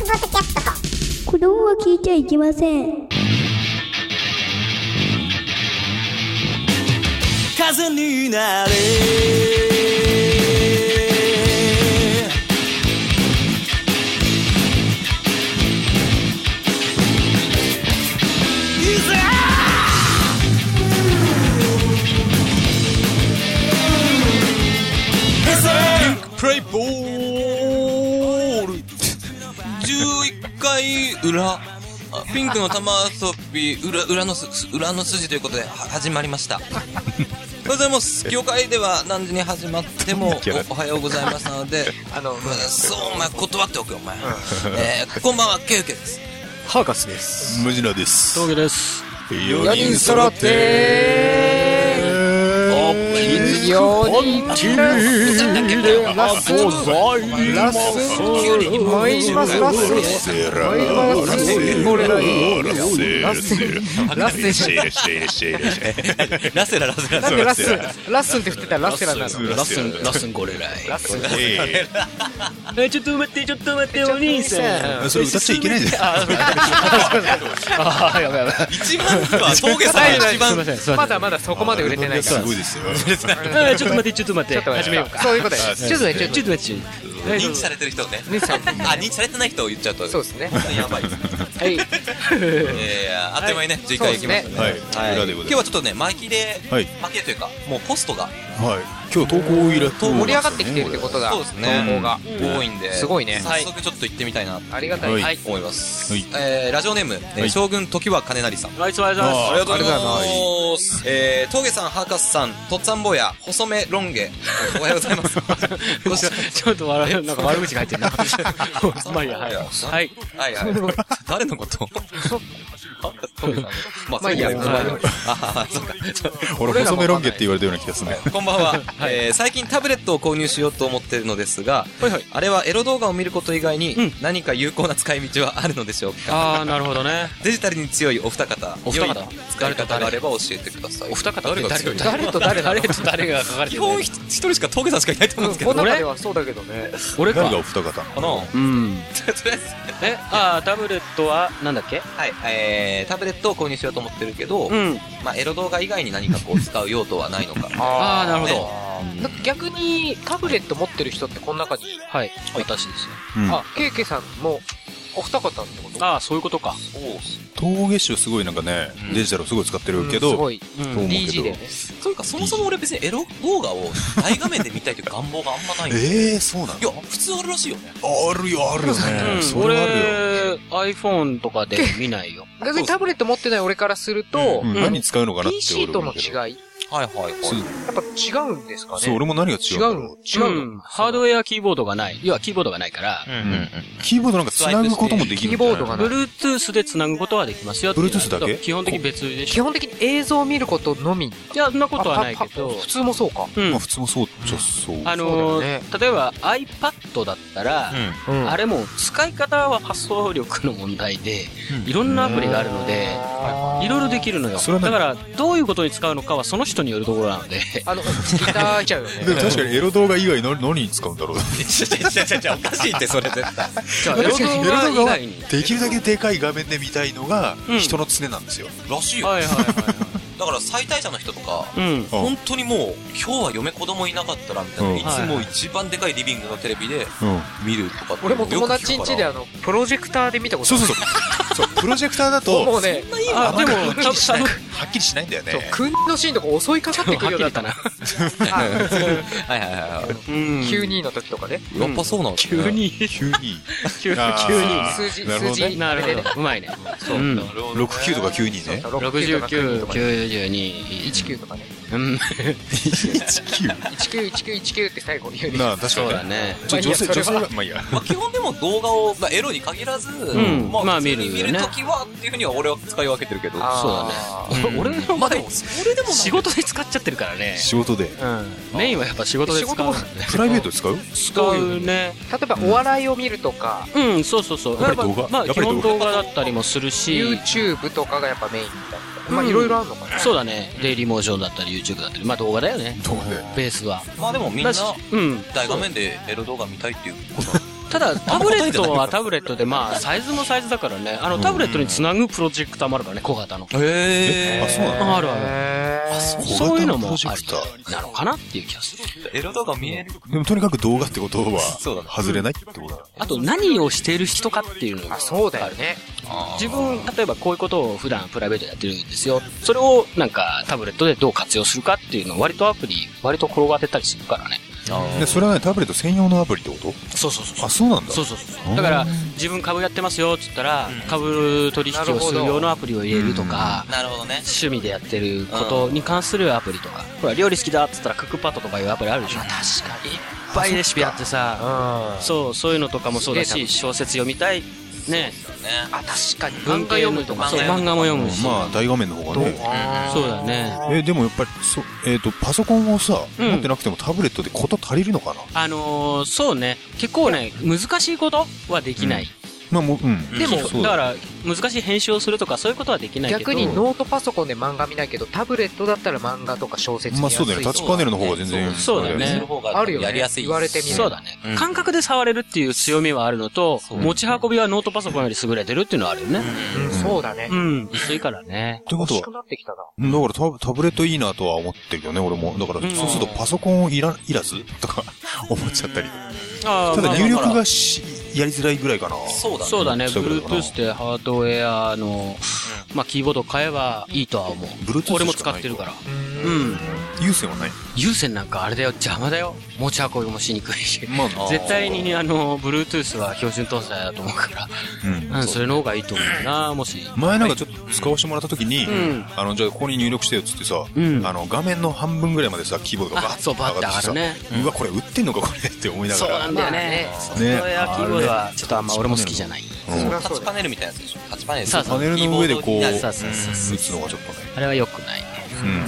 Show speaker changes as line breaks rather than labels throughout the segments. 子供は聞いちゃいけません。
風になれいざプレイボール
11回裏、あピンクの玉遊び、裏、裏のす、裏の筋ということで、は始まりました。それでも、 業界では何時に始まっても、 おおはようございますなので、 あの、そう、お前断っておけ、お前。えー、こんばんは、ケウケです。
ハーカスです。
ムジナです。
峠です。
4人揃って、
お金
ように
ラスボザイ
ラス
キュリーも
もう言いますラス
セラ
もう
ラセララセラ
ラ
セラ
ラッセ
シェシェシェシェ
ラセララセラ。
なんでラッスンラッスンって振ってたらラッセラなの
ラスン、ラスンゴレライ。
ラッスン
え
え、ちょっと待って、ちょっと待って、お兄さん。
えそれ歌っちゃいけないじゃん。
ああ、やばいやばい。
一番は、峠さんが一番、
まだまだそこまで売れてないか
す
ら
ごいですよ。
あーちょっと待って、ちょっと待っ
ち
て。
ょっと
始
始
めよ
め
う
よう
か。
かそういうことでちょっとねちょっ
ちょっと待って。
認知されてる人ね。
と
あ、認知されてない人を言っちゃうと、
そうですね
や ばいですね。
はい
えー、あっという間にね、次回行きましたね。
はい。
はい、
裏で
今
ござ
日
いま
はちょっとね、巻きで、
はい
巻きでというか、もうポストが、
す。はい。今日投稿を入れ
盛り上がってきてるってことだ
そうですね
投稿が
多いんで、
すごいね
早速ちょっと行ってみたいなと
ありがたい
はい
はい
思います。
はい
えー、ラジオネーム、えー
はい
将軍時は金成さん。
はい、お願いしま
あ
ありがとう
あ
ござい
りがと
ます。えー、峠さん、博士さん、とっつぁん坊や、細めロン毛、おはようございます。ご視聴
す。ちょっと笑う、なんか悪口が入ってるな。まあいいや、はい。はい。
はいはい。誰のこと 峠さんまあ、
まあいいや
そうだよねあー、そうか。
俺、細メロン毛って言われたような気がするね。
こんばん は、えー最近タブレットを購入しようと思っているのですが、あれはエロ動画を見ること以外に
うん
何か有効な使い道はあるのでしょうか、
ああ、なるほどね。
デジタルに強いお二方、
お二方
良い使い方があれば教えてください。お二方誰が強い
誰と誰なの
誰と誰が書かれて
基
るの
本一人しか峠さんしかいないと思うんですけ
こ
ど、
の中ではそうだけどね
俺
誰
か
が。お二方
この、
うん。
とりあえず、
え、ああ、タブレットは、なんだっけ
はい、えー、タブレットを購入しようと思ってるけど、
ん。
まあ、エロ動画以外に何かこう使う用途は ないのか。
ああ、なるほど。
なんか逆にタブレット持ってる人ってこの中に
はい。私ですよ。
うん
あケイケさんもお二方ってこと
ああ、そういうことか。
おう
峠師匠すごいなんかね、デジタルをすごい使ってるけ
うんす
ど、
ごい
うん
そう思うけど
DG でね
そういうか、そもそも俺別にエロ動画を大画面で見たいという願望があんま ないんで。
ええー、そうなの
いや、普通あるらしいよね。
あるよ、あるよね。それはあるよ。
俺、iPhone とかで見ないよ。
逆にタブレット持ってない俺からすると、
うん何に使うのかなって俺
PC と
思
の
うけど。
違い、
はいはいはい。
やっぱ違うんですかね。
そう、俺も何が違う
違うん
だろう
の違う
うん
の。
ハードウェアキーボードがない。要はキーボードがないから、
キーボードなんか繋ぐこともでき
キ
る
ー
んじゃな
ボ
い
ードがない
Bluetooth で繋ぐことはできますよっていう。
Bluetooth だけ
基本的に別でし
基
ょ。
本的に映像を見ることのみ。
いや、そんなことはないけ
あ
ど
パパ、普通もそうか。
う
ま
ん
あ。普通もそうじゃそう。
あの
そうだよね
ー、例えば iPad だったら、
うん
あれも使い方は発想力の問題で、いろんなアプリがあるので、いろいろできるのよ。
それは
だ
何
から、どういうことに使うのかはその人によるところなので。
あの、ギターちゃうよね。
でも確かにエロ動画以外何何に使うんだ ろう。
ちゃちゃちゃちゃおかしいってそれ絶対。
じゃあ、エロ動画以外に。
できるだけでかい画面で見たいのが
うん
人の常なんですよ。
らしいよ。
はいはいは
だから最大者の人とか、
い。うん。
うん
本当にもう、今日は嫁子供いなかったらみたいな、
うん
いつも一番でかいリビングのテレビで
うん。
見るとかって
俺も友達ん家であの、プロジェクターで見たこと
そうそう
あ
そう。そう、プロジェクターだ
るも
と
う、ね、
あ、でも、たぶん、
はっきりしないんだよ
そう
ね。
君のシーンとか襲いかかってくるようになったな。
はいはいはいはい。
うん
急。にの時とかね。
やっぱそうなんだ、ね。
急。に。
急に。
急に。
あー
急に
あ
数字、
なるほ
数
どね
字。
なるほど。うまいね。そう。
なるほどね
69とか急にね。
69とか
69、
92とかね。
92、
19とかね。
うん、
19?
191919って最後に言うでしょ
なあ、確か
そう
に
だ
ね。
ね。
ちょ女性、
まあ
女
いいやそ
性
れは
が、まあいいや。
まあ、基本でも動画を、まあ、エロに限らず、
んまあ
普通に
見る
見
よね
るときはっていうふうには俺は使い分けてるけど。
あー
俺俺の
ま
場
あ
合
でも、それでもなんか
仕事で使っちゃってるからね。
仕事で。
メインはやっぱ仕事で使うんだね。
プライベート使う
使うね。
例えばお笑いを見るとか、
うん、そうそうそう。
やっぱり
ま
動画
あまあ
やっ
基
ぱり動
本
画
動画だったりもするし。
YouTube とかがやっぱメインみたいな、まあ
うん
いろいろあるのかな
そうだね。デイリーモーションだったり YouTube だったり、まあ動画だよね。
動画で
ベースは。
まあでもみんな
だしうん。
大画面でエロ動画見たいっていう。
ただ、タブレットはタブレットで、まあ、サイズもサイズだからね。あの、タブレットにつなぐプロジェクターもあるからね、小型の。
へ
あ、そうなの
あるある。そういうのもあ
小型のプロジェ
りなのかなっていう気がする。
エロ動画見える
でもとにかく動画ってことは
そうだね、
外れないってことだ。
あと、何をしている人かっていうのが。
あそうだよね
自分、例えばこういうことを普段プライベートでやってるんですよ。それをなんかタブレットでどう活用するかっていうのを割とアプリ、割と転がってたりするからね。
で、それはね、タブレット専用のアプリってこ
そうそうそう
とあ、そうなんだ。
そうそうそう。だから、自分株やってますよって言ったら、株取引をする用のアプリを入れるとか、
なるほどね。
趣味でやってることに関するアプリとか、ほら、料理好きだって言ったらクックパッドとかいうアプリあるでしょ。確かに。いっぱいレシピあってさ、
あ
そう、そういうのとかもそうだし、小説読みたい、ね、
ね。
確かに
文化読むとか、そう漫画も読むし。
まあ、大画面の方がね。
そうだね。
え、でもやっぱり、そえっと、パソコンをさ、
うん
持ってなくてもタブレットでこと足りるのかな
あのーそうね、結構ね、難しいことはできない。
まあ、もう、うん。
でも、
そう
だか
だ
ら、難しい編集をするとか、そういうことはできないけど。
逆にノートパソコンで漫画見ないけどタブレットだったら漫画とか小説見
ま
や
あ
すい
そうだよね、タッチパネルの方が全然。
そうだよね
する方が
あるよね
やりやすい。
言われてみれば
そうだね、
うん
感覚で触れるっていう強みはあるのと、持ち運びはノートパソコンより優れてるっていうのはあるよね。
うんそうだね
うん、薄いからね。
ってこ
欲
と
し
は
く、なってきたな
だからタブタブレットいいなとは思ってるよね、俺も。だから、
うん
そうするとパソコンいらいらずとか 思っちゃったり。
あ
ただ入力
まあま
がしやりづらいぐらいかな。
そうだね。
そうだね、
そういうことかな
Bluetooth でハードウェアの、まあ、キーボード買えばいいとは思う。
Bluetooth
俺も使ってるから。うん。
有線はない。
有線なんかあれだよ、邪魔だよ。持ち運びもしにくいし。
まあ、
絶対に、あの、Bluetooth は標準搭載だと思うか
うん。
ら、うん、それの方がいいと思うな、もし。
前なんかちょっと使わせてもらった時に、
ん
あの、じゃあここに入力してよっつってさ、
うん
あの、画面の半分ぐらいまでさ、キーボードがバ
あ、そう、バッ
ッて
て上がる
上がっ
ね
て。さ、うわ、これ打ってんのかこれって思いなが
そう
ら。
なんだよね。ソフトウ
ね
ェアキーボードは、ちょっとあんま俺も好きじゃない。
うん
そりゃ
タッ
そ
チ
うだよ
パネルみたいなやつでしょ。タッチパネル。
そうそう
パネルの上でこう、うん打
そう
つ
そうそう
のがちょっとね。
あれは良くないね。
うん。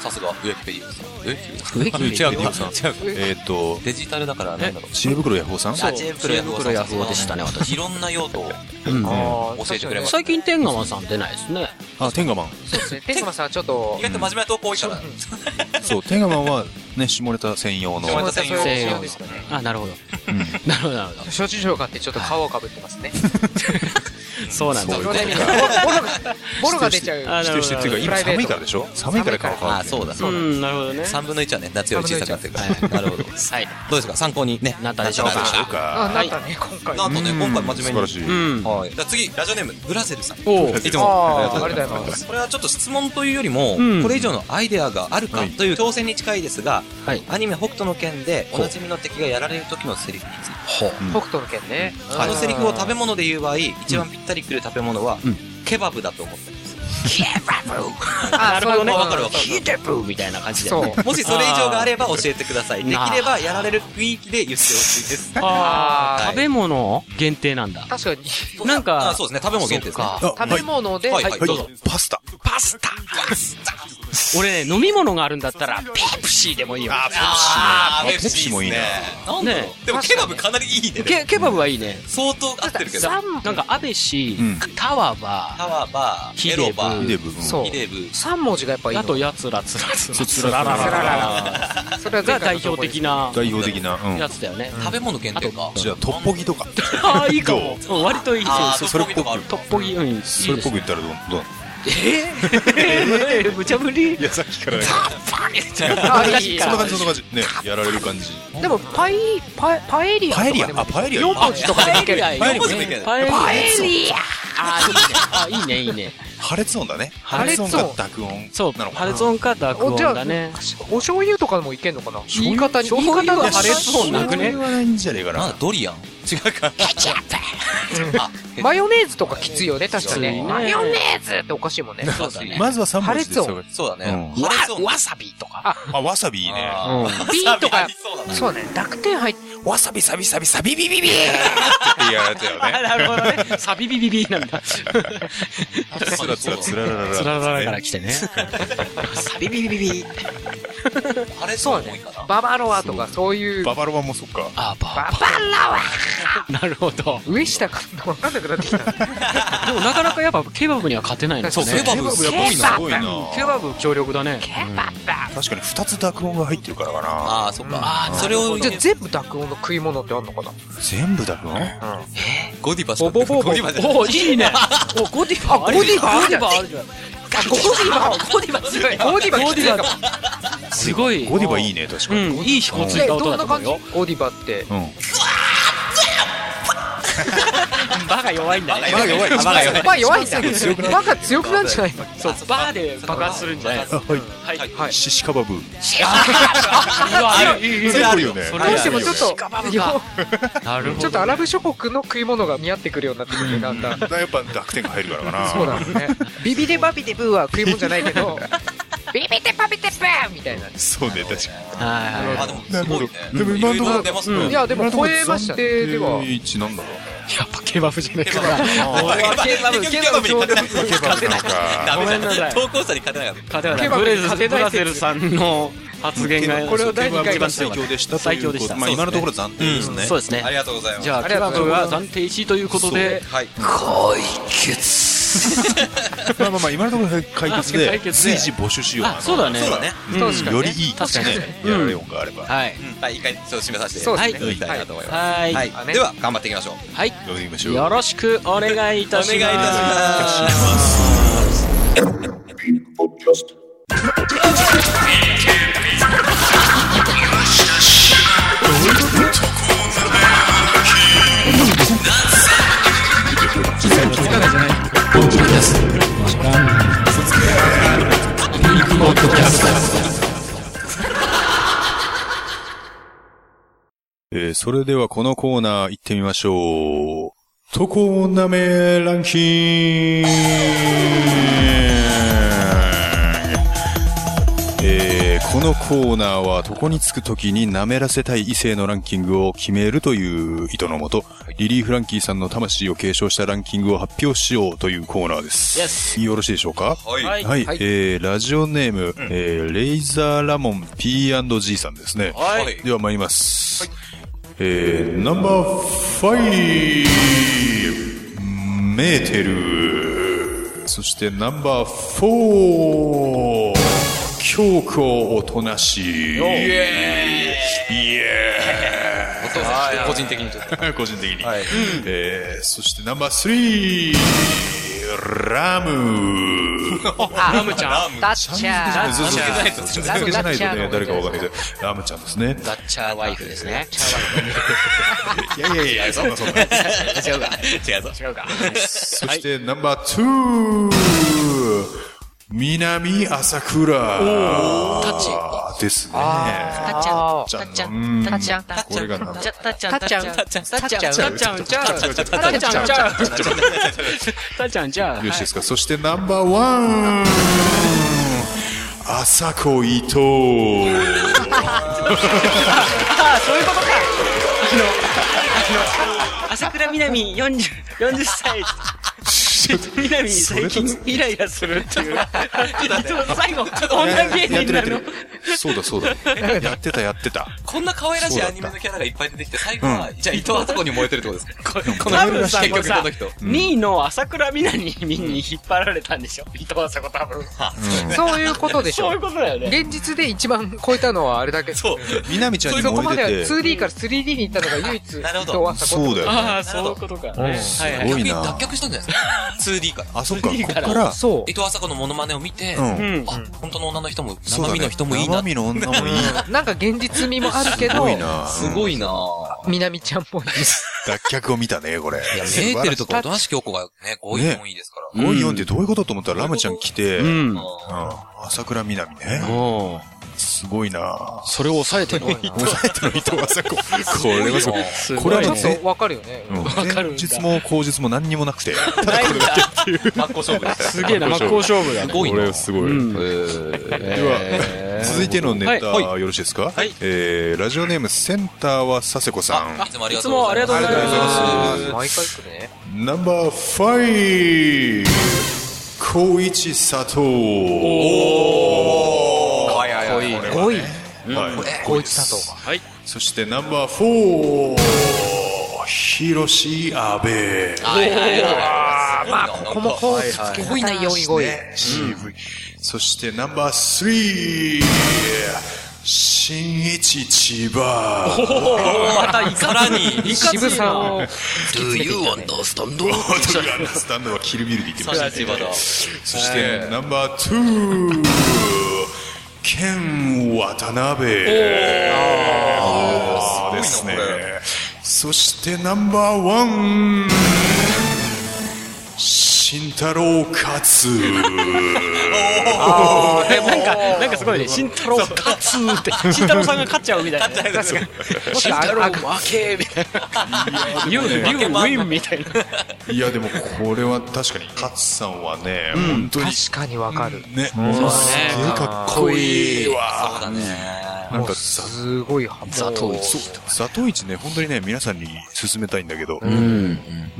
さすが、ウェキペディアさん。ウェキペディ
植木
違う、
で
違う、えーっと
ア、デジタルだからなんだろう。
知恵袋ヤホーさん
そう
あ知恵袋ヤフ
知恵
オ
袋ヤフオでしたね私
いろんな用途を
うん
あー
教えてくれます。
最近天ガマンさん出ないですね。
あ、テンガマン。
そうですねテスマさんちょっと
意外と真面目な投稿多いから。
そう、テンガマンはね、下ネタ専用の。
下ネ
ま
タ
た
専
そ
用
う
西
いう
洋
の
の
ですよね。
あ、なるほど。
うん
なるほど、なるほ
諸事情があってちょっと皮をかぶってますね
ど。そうなんだ
そう。
ボロ
いうこと
がボロが出ちゃう
あな
否
る
定
ほ
して
ど
るっていうか、今
プライ
寒
ベート
いからでしょ寒いから顔変わる。
あ、そうだ、
う
そうだ。
ん、なるほどね。
3分の1はね、夏より小さくなってるから。なるほど。はい。どうですか参考にね。
なったでしょうか
なったでしょうか
か。
あなったね今回
なんとね、今回真面目に。
素晴
う
らしい。
ん。
はい。じゃあ次、ラジオネーム、ブラゼルさん。
おう
いつも。
あーありがとうございます
これはちょっと質問というよりも、
うん
これ以上のアイデアがあるか
はい
という挑戦に近いですが、
はい。
アニメ北斗の剣でおなじみの敵がやられる時のセリフについて、
北斗の剣ね
あのセリフを食べ物で言う場合、一番ぴったりくる食べ物は、ケバブだと思ってます。
あ
なるほどね
そう
わかるわかる
ヒデブーみたいな感じで。
そう
もしそれ以上があれば教えてください。でき
なあ
ればやられる雰囲気で言ってほしいです。
あ
あー
ー食べ物限定なんだ。
確か に
なんか
あそうですね、食べ物限定ですね。
そっか
あ
食べ物で
はい
はい
はい
は
ど
いう
ぞ。
パスタ。
パスタ俺ね、飲み物があるんだったら、ペプシーでもいいよ。
あ
ペプシもいいな
なんだろう
ね
でもケバブかなりいいね。
ケケバブはいいね。
相当合ってるけど。
なんか、安倍氏
うん、
タワバ
タワーバー、
ヒ
エ
デブ
ロバ
ヒ
ー、
デブ。うん
そう
ヒデブ。
三文字がやっぱいい
ー、
の
あと、やつらつらつら
つららら
つららそれは
が
前
代
回の
表的な
代表的な。うん
や。つだよね。
食べ物限定か。
じゃあ、トッポギとか。
ああ、いいかも。うん割といいです
あー
それっぽく
トッポギとかある
トッポギ、うん、いいです
それっぽく言ったらどうどう
えー無茶ぶり
いや、さっきからね。
あいい
そんな感じ、そんな感じ。ね、やられる感じ。
でもパイパパエリアとか
パエリア
でも
あ、パエリア
四文字とかでいける
パエリアいいねパエリア
パエリア
あーいいね、いいね。
破裂音だね。
破
破
裂
裂
音
音が濁音。
そう、
なの
破
かな。
裂音か濁音
おじゃあ
だね。
お醤油とかでもいけんのかな言い方に
醤
言い
油
方が
は
破裂
破裂音なく
それ
ね。
はないんじゃねえか
なんだ
な。
ドリアン違うか。あ、
マヨネーズとかきついよね、確か
きついね
ね。マヨネーズっておかしいもんね。
そうだね。
まずは3文字です
破
よ。
そうだね。
うん
晴れそう
わ、わさびとか。
あ、
あ、わさびいいね。
あ
うん。
ビーとか
あり、そうだな。
そうね、濁点入って、
わさびサビサビサビビビビーってやられたよね。
なるほどね。サビビビビなんだ。
つらつらつらららら。
つらららから来てね。サビビビビビ。
晴れそう多いかな。
ババロアとかそういう、バ
ババロアもそっか。
あば。
バロア
なるほど。
上下かんのわかんなくなってき た。
でもなかなかやっぱケバブには勝てないの
そう
ケバブ
やばいな、すごいな。
ケバブ強力だね。
確かに2つ濁音が入ってるからかな。
ああ、そっ
あ
か。
ー
それを
じゃあ全部濁音の食い物ってあんのかな
全部濁音
ゴディバしか
ボボボボ。
ゴディバじゃない
お、いいね。お、ゴディバ。
ゴディバ
ゴディバあるじゃん。
ゴディバゴディバ強いゴディバきついかも
すごい。
ゴディバいいね、確か
う
に。
ん、いい飛行ついた音だ
どんな
と
感
思う
じ
よ。
ゴディバって
うん。
バが弱いんだね。
が弱い。
バが弱い。
バ弱いんだバカ強くなんじゃないの
そう、バーで爆発するんじゃないの
あはい。
はい。はい。
はい
シシカバブ。
あるいいいい
全部あるよね。
それ
どうしてもちょっと
なるほど。
ちょっとアラブ諸国の食い物が似合ってくるようになってくるねだんだん
だからやっぱ濁点が入るからかな。
そうなんですねビビデバビデブーは食い物じゃないけど ビビデバビデブーみたいな
そうね、確か
はいはい。
あ、でもすごいね。
でも今のところ
出ます
に。
ね。
いやでも超えましたねでは
1なんだろうね。
やっぱケバブじゃない
ケ
か
バブ
な。
ケバブ結局ケバブに勝てない。
ケバブなん
ダ
か。
メ
ごめんな
じゃ
さ
ん。
い
投稿者に勝てなかった。
勝てな
ケ
い
バ
ブ
ブ
レゼ
勝て
ブ
ない
ラゼルさんの発言が
これを第二回
一番強かった最強でした。
まあ今のところ暫定ですね。
そうですね
あ。りがとうございます。
じゃあ、
あ
ケ
りが
バ
とう
ブ
ござい
が
ます
暫定1位ということで、
はい。
まあまあまあ今のところ解決
あ
で
解決で
随時募集しようかな
あ、そうだね。
そうだね。
うん
確かにね
よりいい
確かにね
やられようがあれば。
はい。
はい、一回、ちょっと締めさせて
そう
です
い
ね
ただきたいなと思います。
は。
はいい。では、頑張っていきましょう。
はい。
呼んでみましょう。
よろしくお願いいたします。
お願いいたします。
えーそれではこのコーナー行ってみましょう。とこなめランキングえーこのコーナーは、床につくときに舐めらせたい異性のランキングを決めるという意図のもと、リリー・フランキーさんの魂を継承したランキングを発表しようというコーナーです。よろしいでしょうか
はい。
はい、えー、ラジオネーム、えー、レイザーラモン P&G さんですね。
はい
では参ります。えー、ナンバーファイブメーテル。そしてナンバーフォー強固おとなしい。イエーイイエ
お父さん、個人的にちょっと。
ーイ 個人的に。
はい。
えー、そしてナンバースリーラム。
ラムちゃんダッチャー
ずっとじゃないと
ラムダッチャー
ね、誰かわかんないけど、ラムちゃんですね。
ダッチャーワイフですね。
いやいやいや、そんなそんな。
違うか。
違うぞ。
違うか。
そして、ナンバー2、南朝倉。タッチ。ですね。
たっちゃん、
あー
ちゃ
たっちゃ
ん
ん、
の
たっちゃん、たっ
これがなんだ
ちゃん、たっちゃん、
タッチャン
た
タ
っ
ッ
ち
チャ
ゃん、
ンタッチャン
タッちゃん、ちゃう。タッちゃん、ちゃう。タッちゃん、ちゃう。
よろしいですか。そして、ナンバーワン、朝子伊藤。
朝倉みなみ40、40歳。みなみ最近イライラするっていう。最後、女芸人なの。
そうだそうだ。やってたやってた。
こんな可愛らしいアニメのキャラがいっぱい出てきて、最後は、じゃあ伊藤あそこに燃えてるってことですかこの
多分さ、
結
これ
局こ
さ
の人。、
2位の朝倉みなにに引っ張られたんでしょ伊藤あさこ多分。
そういうことでし
そうい
ょ
うことだよね。
現実で一番超えたのはあれだけ
そう。
みなみちゃんに
そこ
燃
ま
え
では
てて。
2D から 3D に行ったのが唯一、
なるほど
人はそこ
そうだよね。
ああ、そういうことか。はいはい
すご
逆
い
に
な
脱却したんじゃないですか ?2D から。
あ、そっか、こっから。
そ
伊藤あさこのモノマネを見て、
うん
あ、
うん。
本当の女の人も、
そうだ
生
ね
身の人もいいな
生。身の女もいい。
う。なんか現実味もあるけ
す
ど
ご、いな。
すごいな
南ちゃんっぽい。
脱却を見たね、これ。
いや、メーテルとかおとなしき京子がね、5位もいいですから。
5 4ってどういうことと思ったらラムちゃん来て、
う
うん
ん。
朝倉みなみね。
おー
すごいな
それを抑えてる
抑えてる伊藤麻子。これはすごい。これはもう
ちょっ
前
とわかるよね。
うん
わかる
前日も後日も何にもなくて。
真っ向勝負です。
すげえな、真っ向勝負だ。
すごい
こ
な。
れはすごい。
うん
では、続いてのネタ、
はい
よろしいですか、
はい
えー、ラジオネームセンターは佐世子さ
いつもあり
い
が
つ
とうご
もあ
ざ
り
い
が
ま
とうございま
毎回行くね。
ん。ナンバーファイブ高一佐藤。おー
はいはいはい。
これはねはい、高一佐藤そしてナンバーフォー広志阿部。
す。まあ、ここもこ
すごいな、4位5位。
CV そしてナンバースリー新一千葉
またい
さらに、
渋さん を。
Do you understand?
トランスタンドはキルビルで言ってましたね
千葉だ。
そしてナンバーツーケン渡辺ですねそしてナンバーワン慎太郎勝
なんか、なんかすごいね、慎太郎勝つって、慎太郎さんが勝っちゃうみたいな。確かに。慎太郎負けみたいな。ユウ、リュウ、ウィンみたいな。
いやでもこれは確かに勝さんはね、本当に
確かにわかる。
ね、すげえかっこいいわ。
そうだね。
なん
も
か
う
ざ、
すごい幅。
ザトウイチ
ザトウイチね、本当にね、皆さんに勧めたいんだけど、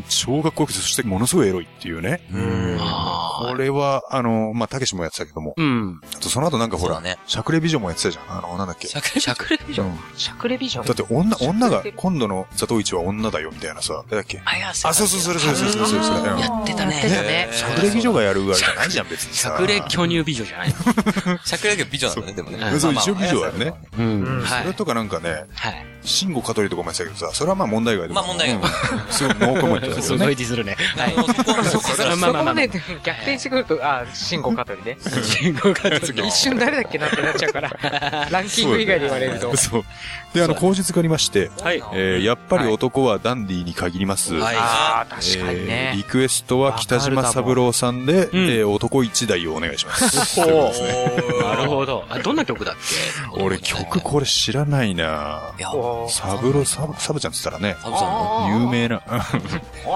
超かっこよくて、そしてものすごいエロいっていうね。これは、あの、まあ、たけしもやってたけども、
うん。
あとその後なんかほ
そ
ら
うだね、
しゃくれビジョンもやってたじゃん。あの、なんだっけ。
しゃくれビジョン。
しゃくれビジョン。
だって女、女が、今度のザトウイチは女だよ、みたいなさ、誰だっけ。
あやせ
あ、そうそう、それそれそれそれそれそれ。うん
やってた
やって
ね。
たね。
しゃくれビジョンがやるあれじゃないじゃん、別に
し
さ。
ゃくれ巨乳美女じゃない。
しゃくれ美女なんだね、でもね。
そう、
まあ
一応美女はね。。
うん。は
それ
い。
とかなんかね、
はい。
慎吾香取とかもやってたけどさ、それはまあ問題外で
まあ問題
う
外
んすごいノーコメントだけ
す
どね
ご。いディスるね。
まあまあそこはそこ
そ
は
こもね、逆転してくると、あ、慎吾香取ね。
信号がつ
一瞬誰だっけなってなっちゃうから、ランキング以外で言われると。
そう。で、あの、口述がありまして、
はい。
えーやっぱり男はダンディーに限ります。
はい
ああ、確かに
えーリ
ね。
クエストは北島三郎さんで、えー男一台をお願いします。ということですね
なるほど。あ、どんな曲だっけ
俺曲これ知らないなぁ
いや、
おー
サブロ、サブ、サブちゃんって言ったらね、
サブちゃんの
有名な。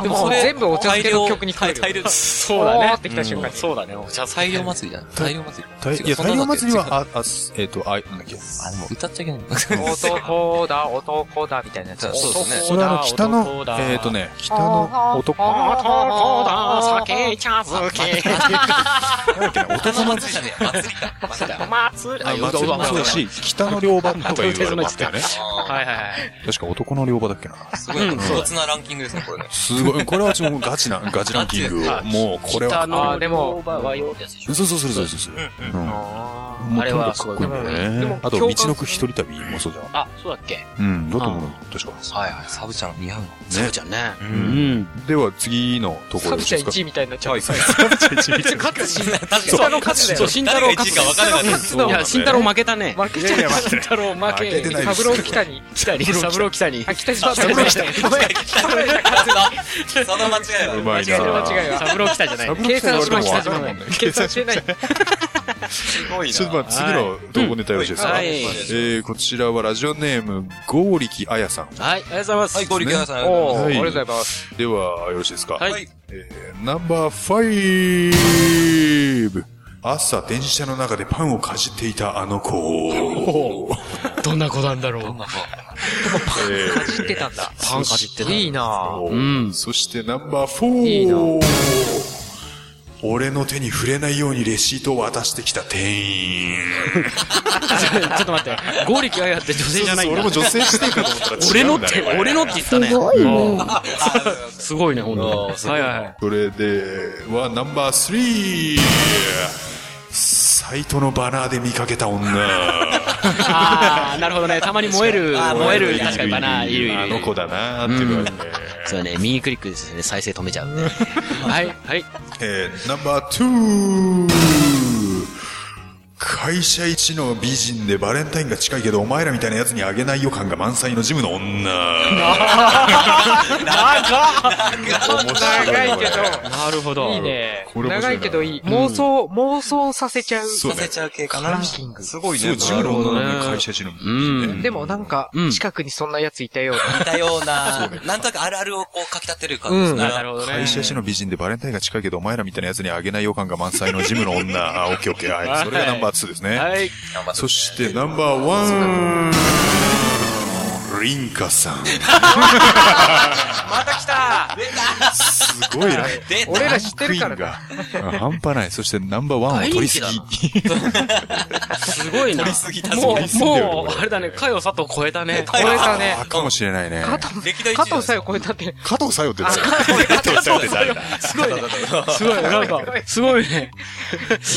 でもそれ全部お茶漬けの曲に変え
大量
るよ
大量、
そう
だね
ってきた瞬間に。そうだね。お茶
大量祭りじゃん。大量祭
大
り。
いや、大量祭り
違う。
は、あ、あ、すえっ、と、あ、なんだっけ。
あ、でも歌っちゃいけない。
男だ、男だ、みたいなやつ。
そうそうですね
それはあの、北
男
の
だ、
えっ、とね、北の男、
男だ、酒茶漬け。
男祭りじゃねえ。祭りか。祭りだ。
祭り。
あ、祭りもそうだし、北の両場とかいうのもあったよね。
はいはいはい。
確か男の両場だっけな。
すごい、雑なランキングですね、これね。
すごい。これはちょっとガチな、ガチランキングを。もう、これは。
のでも
そうそうそうそうそう。うん
あれはすごい
もうとにかく
でも
ね。あと、道のく一人旅もそうじゃん。
あ、そうだっけ
うん、だと思う。確か。。
はいはい。
サブちゃん似合うの。
サブちゃんね。うん
では、次のとこ
サ
ろ
ブ
で
ち
す
ゃん
か。
1位みたいになっちゃう。
勝つし、
慎太郎勝つだ
そう、
よ。
慎太郎勝
誰が一位か分からなかったです
いや、慎太郎負けたね。
負けちゃう。
慎太郎負
負けて
け。
ない
サブロー北に。
北に、サブロー北に
あ、。北島
サブロー北に。
その間違いは
うまいな
間違いは間違いは
サブロー北じゃない。
計算しました、
俺もわかんない
計算してない。
ちょっとまあ、次の投稿ネタよろしいですか。
は
え
い
ー、こちらはラジオネーム、ゴーリキアヤさん。
はい、ありがとうございます。
はい、ご力也さん。
おー、
は
あ
い
りがとうございます。
では、よろしいですか。
はい。
えーナンバーファイブ朝、電車の中でパンをかじっていたあの子。
どんな子なんだ ろう。
えー
知ってたんだ。
パンかじってた
いいなぁ。
ん
そしてナンバーフォー
いいな
俺の手に触れないようにレシートを渡してきた店員。
ちょっと待って。ゴリキアヤって女性じゃないんだ
俺も女性視点かと思ったら
俺
違
の
う
っ
んだ
て
ね、これ
俺のって言ったね。
すごいね。
すごいね、ほんと。はいはいはい。
それではナンバースリーサイトのバナーで見かけた女。
あー、なるほどね。たまに燃える、 燃える、確かにバナー、いるいるいる。
あの子だなーっていう感じで。
そうね、右クリックですね、再生止めち ゃうね。はい、はい。
えーナンバーツー会社一の美人でバレンタインが近いけどお前らみたいなやつにあげない予感が満載のジムの女
長いけど、
なるほど。
いいね。
これ面白
長
いない
けどいい。妄想、妄想させちゃう。
そう
さ
ね
せちゃう系か
ラ
な
ン。キング。
すごい
ね
ジムの女なのに
なるほどね
会社一の美
う
人
ん
ね
でもなんか
うん、
近くにそんなやついたよう
似たような、なんとなくあるあるをこう書き立てる感じですね。
なるほどね。
会社一の美人でバレンタインが近いけどお前らみたいなやつにあげない予感が満載のジムの女あオッケーオッケーはいそれがナンバー2ですね、
はい。
そしてナンバーワンリンカさん
また来た
すごいラン
出た
俺ら知ってるから
クイ
ね。
ーンが半端ないそしてナンバーワンを取りすぎ
大人
すごいな。
すぎたぞ
も
取り
う、
すぎてる
もう、あれだね、かよさと超えたね。
超え たね。
あかもしれないね
加藤、
歴代一位
加藤さえ超えたって。
加藤さよって誰加藤さよって誰だ
すごいね。すごい、なんか、すごいね。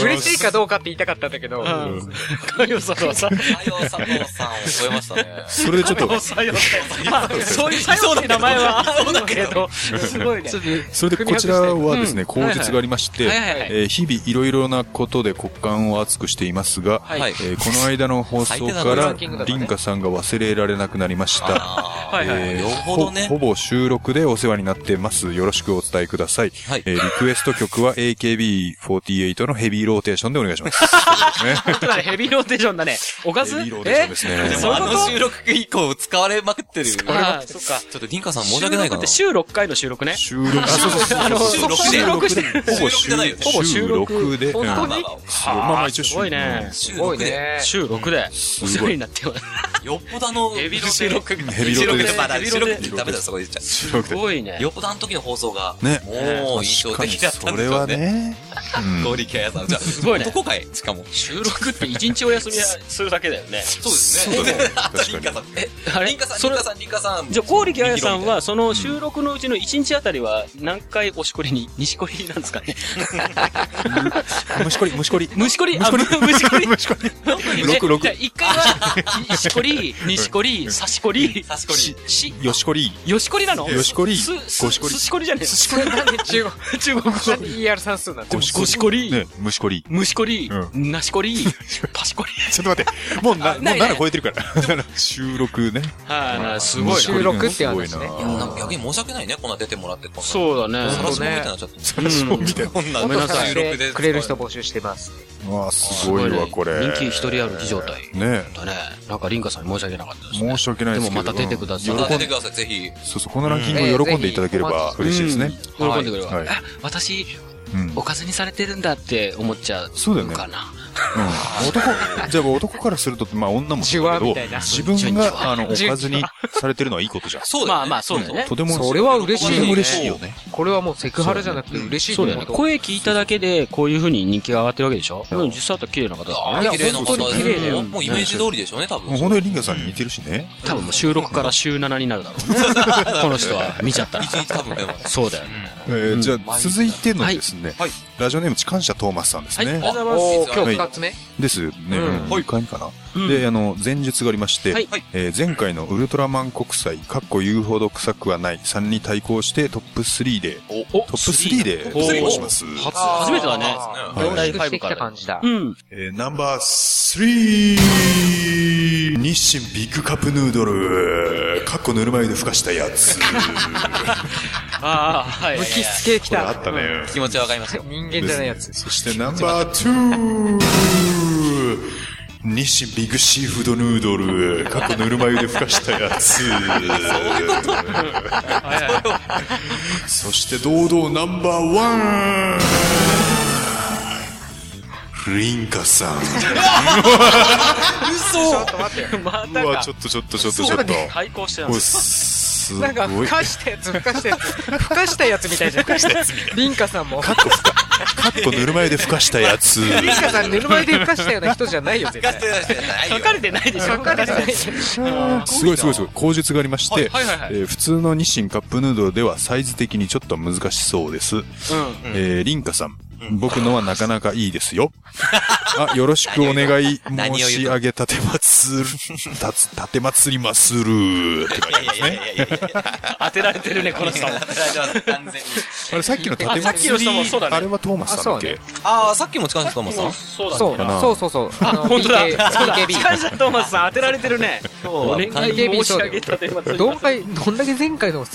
嬉しいかどうかって言いたかったんだけど。
かよさとはさ、
太陽佐藤さんを超えましたね。
それでちょっと
さよさまあ、そういうさよって名前はあるんだけど、すごいね。
それでこちらはですね、
うん
口述がありまして、
はいはいはいはい
えー日々いろいろなことで骨幹を厚くしていますが、
はい
えーこの間の放送か
最低な
ラ
ら
ンキングだ、からね
凛花さんが忘れられなくなりました。
あ
はいはい。
えー
よほどね
ほぼ収録でお世話になってます。よろしくお伝えください。
はい
えーリクエスト曲は AKB48 のヘビーローテーションでお願いします。ね
だからヘビーローテーションだね。おかず
ヘビーローテーションですね
え
ーで
そう
も
い
あ
うこ
の
と
収録以降使われまくってる。
ああ、そっか。
ちょっとリンカさん申し訳ないかな。
収録って週6回の収録ね。
収録、あ、そうそうそう
あの、
収録して
収録してる。
ほぼ
収録じゃないよね
収録で。
本当
うん
に
そうまあまあ一応
すごいね。
収
すご
録
い
で。
ね。
週6で、お世話になってます。
よっぽどあの、
ヘビロテ
収録が。
ヘビロテです
収録まだ
ヘビ
収
ロテ
録ってダメだ、そこで言っち
収録
す
で。
ごいね
ゃう。。よっぽどあの時の放送が、
ね
もう印象的だった
そ
んで
れ
しょう
は
ね。
ね。うん
ゴリキャヤさん。じゃあ、す
ごいね
どこかへしかも。
収録って一日お休みするだけだよね。
そうですね。あとリンカさん。え、
あれ
リンカさん、
そ
リン
れ
カさん、リンカさん。
じゃあ、光力彩さんは、その収録のうちの一日あたりは、何回おしこりに、西こりなんですかね。
虫こり、虫こり。
虫こり、あ、む虫こり。
虫こり。 六六
じゃあ、一回は、西こり、西こり、差しこり、
差しこり
し、し、
よしこり。
よしこりなの
よしこり
す、す、
ごしこり
すしこりじゃねえ。すし
これ なんで中国、
中国語。
なんで ER 算数なんだ
ごし
ごしこり
ね、虫こり。
虫こり、
う
なしこり、パシこり。
ちょっと待って。もうな、もう
ないない
7超えてるから。 収録ね。
はい、す
ごいな
収録って話ね。
いや、なんか逆に申し訳ないね、こんな出てもらって。う。
そうだね
そ。らしもみたいになっちゃって。
それそうみたいな。
こんな
音
の
させ
収録
て
で。
くれる人募集してます。
うわ、すごいわ、これ。
人気一人歩き状態。
ね
だね。なんか、リンカさんに申し訳なかったですね。
申し訳ないですけど。
でもまた出てください
うん
あ
喜
出
ん
てください、ぜひ。
そうそう、このランキングを喜んでいただければ嬉しいですね。
うん。喜んでくれるわ。
はい
あ私、
うん
お。かずにされてるんだって思っちゃう
そうだよね
かな。
うん男、じゃあ男からすると、まあ女もそうだ
ジュワみ
け
たい
ど、
な
自分が、あの、おかずにされてるのはいいことじゃん。
そうだよね。
まあまあ、 そうだよね。
とても、
それは嬉しい
とても嬉しいよね。
これはもうセクハラじゃなくて嬉しいと
そう
思
だ
う
よね。
と
声聞いただけで、こういう風に人気が上がってるわけでしょうん、実際あったら綺麗な方だからね。
綺麗な方
いや本
で
当に綺麗だ
す
よ
もうもうイメージ通りでしょうね、多
も
分。
う本当にリンガさんに似てるしね。
多分もう収録から週7になるだろうね。この人は見ちゃったら
一。日多分。
そうだよね。
えーじゃあ、続いてのですね、
はい
ラジオネーム、痴漢者トーマスさんですね。
はいあ
おー、今
はい
日二つ目
ですよね。
うん
うん一回目かな、で、あの、前述がありまして、
はい
えー前回のウルトラマン国際、かっこ言うほど臭くはない3に対抗してトップ3で、
お
トップ3で
お
発表します。
初、初めてだね。
あ
はい
ー凝縮してきた感じだ。
うん。
えーナンバー 3! 日清ビッグカップヌードル、かっこぬるま湯でふかしたやつ。
ああ、はい。
無機質系き
これ あ
た。
ったね。
気持ちはわかりますよ。
人間じゃないやつ。
そしてナンバー 2! 日清ビッグシーフードヌードル、かっこぬるま湯でふかしたやつ。そして堂々ナンバーワンリンカさん。
ま
うわ、
た
ち
か。
ょっとちょっとちょっとちょっと。
開口してたん
こ
で
れ
す。
すご。
ないんか、ふ
か
かしたやつ、ふかしたやつ。ふかしたやつみたいじゃん。ふかしたやつみたい。リンカさんも。
っこふか。かっこぬるま湯でふかしたやつ。
リンカさん、ぬるま湯でふかしたような人じゃ ないよ、絶対。
書かれてないでしょ
書かれてない。
すごいすごいすごい。口述がありまして、
はいはいはい
えー普通の日清カップヌードルではサイズ的にちょっと難しそうです。えー、リンカさん、僕のはなかなかいいですよ。あ、よろしくお願い
何
申
を言う
し上げたてまつる、たつ、たてまつりまするって書いてありますね。
いやいやいやいや
当てられてるね、この人も。
完全に。
あれさっきのたてま
あさっき
つ
の
り
人もそうだ、ね
あれはトーマスさんだっけ
ああ、さっきも近いんですか、もさん。
そうだね。
そう
かな
そうそうそう。あの、
本当だ
PK
そうだ。
PKB。
感謝トーマスさん当てられてるね。お願い申し上げたと今
どんだけ、どんだけ前回の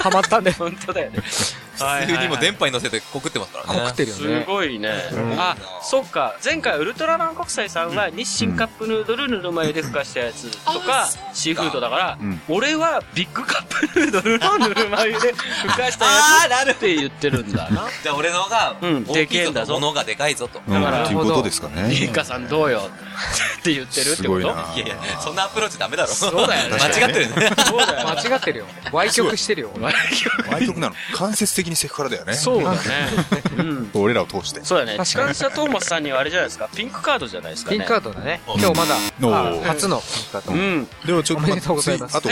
ハマったんだ よ。
本当だよね。
普通にもう電波に乗せて告ってますからね。
告ってるよ
す
ね。
ごいね。あ、そっか。前回ウルトラマン国際さんは日清カップヌードルぬるま湯でふかしたやつとか、シーフードだから
うん、
俺はビッグカップヌードルのぬるま湯でふかした
あー
やつって言ってるんだな。
じゃあ俺のが、
うん
大
で
き
けえ
い
んだ
ぞ
ぞ
と、物がでかいぞと。
うん、
だから
っていうことですか
リ
ね
ン。カさんどうよって言ってるって
す
こ
ごい
と
な。
いやいや、そんなアプローチダメだろ。
そうだよね
間違ってるね。
そうだ よ。
間違ってるよ。歪曲してるよ。
ああいうとこなの。間接的にセクハラだよね。
そうだね。
俺らを通して。
そうだね。痴漢者トーマスさんにはあれじゃないですか。ピンクカードじゃないですか
ピ
ね。
ンクカードだね。今日まだ、
お
あ
ー
初のピンクカード。
うん。
ではちょっと
おめでとうございます
あと、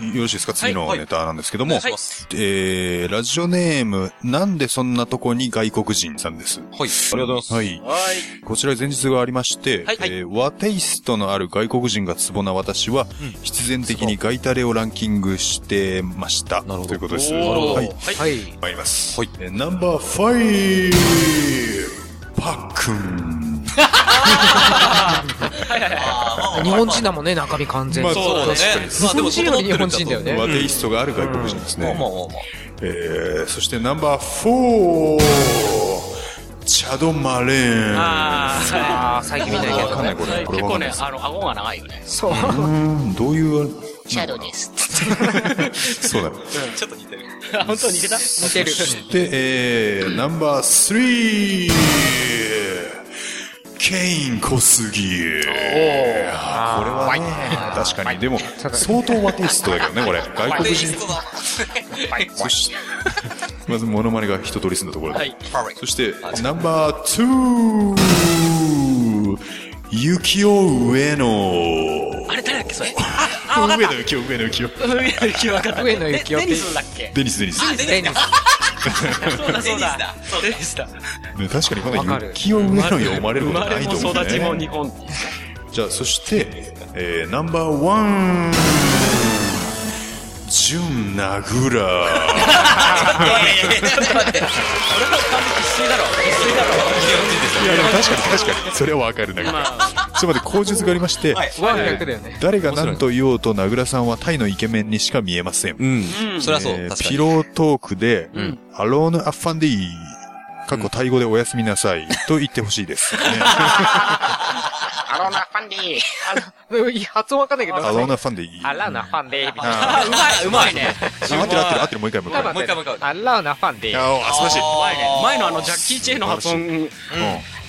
うん、よろしいですか次のネタなんですけども、
お願いします
えー、ラジオネーム、なんでそんなとこに外国人さんです。
はい。ありがとうござい
はい。こちら前日がありまして、
はいはい
えー和テイストのある外国人がツボな私は、必然的にガイタレをランキングしてました。
なるほど
ということです。
おー
はい。
はい。
参ります。
はい
えーナンバーファイブパックン。
ます。
日本人だもんね、中身完全
まあ
に。
そうだ
ねまあでも
日本人より日本人だよね。
和テイストがある外国人ですね。
まあまあまあまあ。
えー、そしてナンバーフォーチャド・マレーン。
あ
ああ、最近見ないけ
わかん
ど
ない
ね。
これ。これ
結
わか
構
んない
ね
で、す。
あの、顎が長いよね。
そう。
うん、どういう、
シャドウです。
そうだ。
ちょっと似てる。
本当に似 てた
似てる。
で、えー、ナンバースリーケイン小杉。これはね、確かに。でも、相当和テイストだけどね、これ。外
テ
国
イス
人。
トだ。
そして、 まずモノマネが一通り済んだところで。
パーフェク
そして、ナンバー2、雪を上の。 あれ、誰だっけ、それ。上野雪を、上野雪を。
上野幸雄って。
だっけ
デニス、デニス。
デニス。
そうだそうだ。デニスだ。
ね確かに、こ
わか
の
る
雪を上野に読まれる
生
こと
ま
な
れ
い
も
と思う、ね。
育ちも日本。
じゃあ、そして、えー、ナンバーワン、ジュン・ナグラ。いや、でも確かに、確かに。それはわかるんだけど。それまで口述がありまして、
ワン逆だよね。
誰が何と言おうと、名倉さんはタイのイケメンにしか見えません。
うん。そりゃそう、
えー
確か
ピ
に。
ロートークで、アローヌ・アッファンディー、過去タイ語でおやすみなさい、と言ってほしいです。ね
アロナファンディ
いや発音わかんないけど。
アローヌ・アッファンディー。
アラーナファンデーみたいな。
あ
うまい、うまいね。
ー合ってる合ってる合ってる、もう一回もう一回。
もう一回もう一回
アラーナファンデー。
あー、あ素晴らしい。
前のあの、ジャッキー・チェーの発音。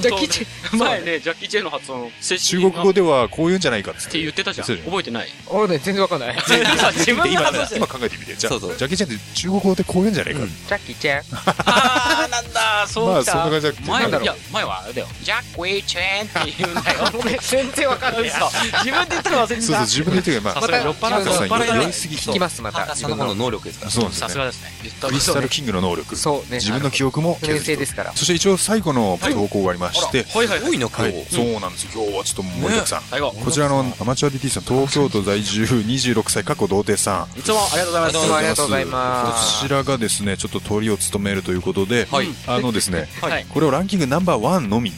ジャッキーチ ェン
前ね、ジャッキー・チェーの発音。
中国語ではこう言うんじゃないかっつっ
って言ってたじゃん。
そうだよね
覚えてない。
俺ね、全然わかんない。ジャ
さ、自分の
今
発音して
今考えてみて。じゃ
そ
あ、
う
ジ
そ
ャ
う
ッキー・チェンって中国語でこう言うんじゃないか。
ッキーチェン。
あー、なんだ、そう
まあ
か
そんな感じだっ。け
前
なんだ
は、
ろう
いや、前はあれだよ。ジャック・イチェーンって言うんだよ。
俺全然わかんない。
自分で言ったの忘れて
そうそう、自分で言ってるけど、まあ、
さすがに
ま
酔
あ
っ払って
さ
酔っ払って
酔
ない
いすぎ。
聞きます、また。
その方の能力ですから。
そうなんです
さ
よ
す
ね。
がですね。言った
クリスタル・キングの能力。
そうね
自分の記憶も
不明性ですから
そして一応最後の投稿がありまして、
はいはい
多いの、今
はい、
日。
そうなんですよ。今日はちょっと盛りだくさん。
最後。
こちらのアマチュア DT さん、東京都在住26歳、過去童貞さん。
いつもありがとうございま
い
す
つ。もありがとうございます。
こちらがですね、ちょっと通りを務めるということで、
はい
あのですね、
はい
これをランキングナンバーワンのみ。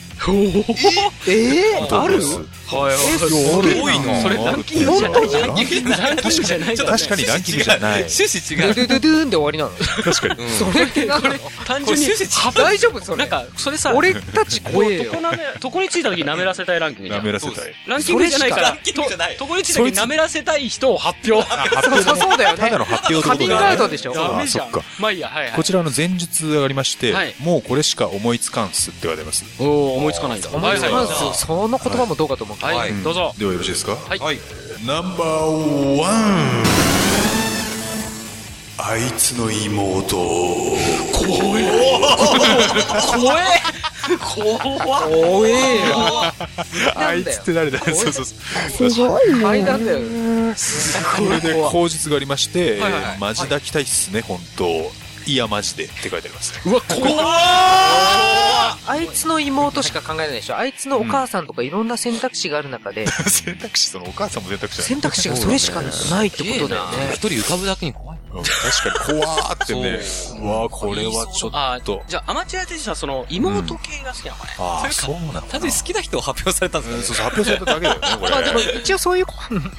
え
あ
は
る
い
多い
それランキングじゃないランキングじゃないよね
確かにランキングじゃない。
趣旨
ド
違
ゥ
う。
ドゥドゥドゥーンで終わりなの
確かに。
それってなんなの
単純に
大丈夫それ。
なんかそれさ
俺たち怖えよ
こ。なめとこについた時に舐めらせたいランキングじゃ
なんめらせたい。
ランキングじゃないから
それしかランキングじゃない
ととこについた時に舐めらせたい人を発表
発
そうそうそうだよね
ただの発表
カ
って
ミ
こ
ン
と
グ
だ
ア
ね
ウトでしょ
あ
ダメじゃ
そ
ん
っか
まあいいやはいは
こ
い
ちらの前述がありまして、
はい
もうこれしか思いつかんすって書いてあります。
おお思いつかないんだ
お前
はい
さ
は
んそその言葉もどうかと思うけど
いはいどうぞ
ではよろしいですかはい
はい。
ナンバーワンあいつの妹
怖え怖
怖えよ。
あいつって誰だそうそうそう
すごいね。
階段だよ。
これで口述がありまして、
はいはいはい
マジ抱きたいっすね本当いやマジでって書いてありますね
うわ怖
ああいつの妹しか考えないでしょあいつのお母さんとかいろんな選択肢がある中 で、
選択肢、そのお母さんも選択肢だ
選択肢がそれしかないってことだよね。
一人浮かぶだけに怖い。
うん確かに怖ーってね。うわーこれはちょっと。
あーじゃあアマチュア選手はその妹系が好きなのかね。
ああ、そうなの
単純に好きな人を発表されたんです
う
よ
ん
ね。
そうそう、発表されただけだよね、これ。
まあでも一応そういうコ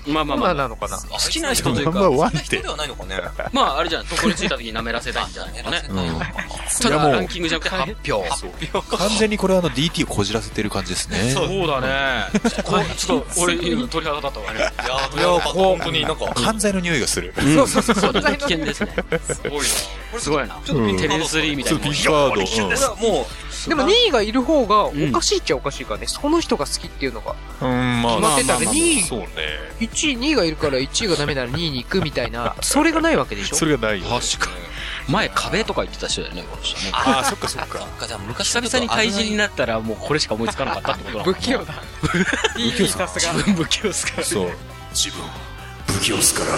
まあまあ
ー
ま
ナー
あ。
なのかな。
好きな人というか、
ナンバーワン
好
っ
き
て
な人ではないのかね。
まああれじゃん、どこに着いた時に舐めらせたいんじゃないのかね。た
い
だ
やもう
ランキングじゃなくて発表。
完全にこれあの DT をこじらせてる感じですね。
そうだね。ちょっとこうちょっと俺今鳥肌立ったわね。
いやー、いやー本当になんか、
犯罪の匂いがする。
そうそうそう。それだけ危険ですね。すごいな。これすごいな。ちょっとテレスリーみたいな。
ピッワード。うん
俺はも
でも2位がいる方がおかしいっちゃおかしいからね、その人が好きっていうのが。
うん、まあ、
決まってたね
まあまあまあ
二位
そうね。
1位、2位がいるから1位がダメなら2位に行くみたいな、それがないわけでしょ
それがないよ。
確かに。前壁とか言ってた人だよね、この人ね。
ああ、そっかそっか。
う、じゃあ昔
久々に怪人になったらもうこれしか思いつかなかったってことだもん
不器 用だ。
自分不器用っすから
そう。自分、不器用っすから。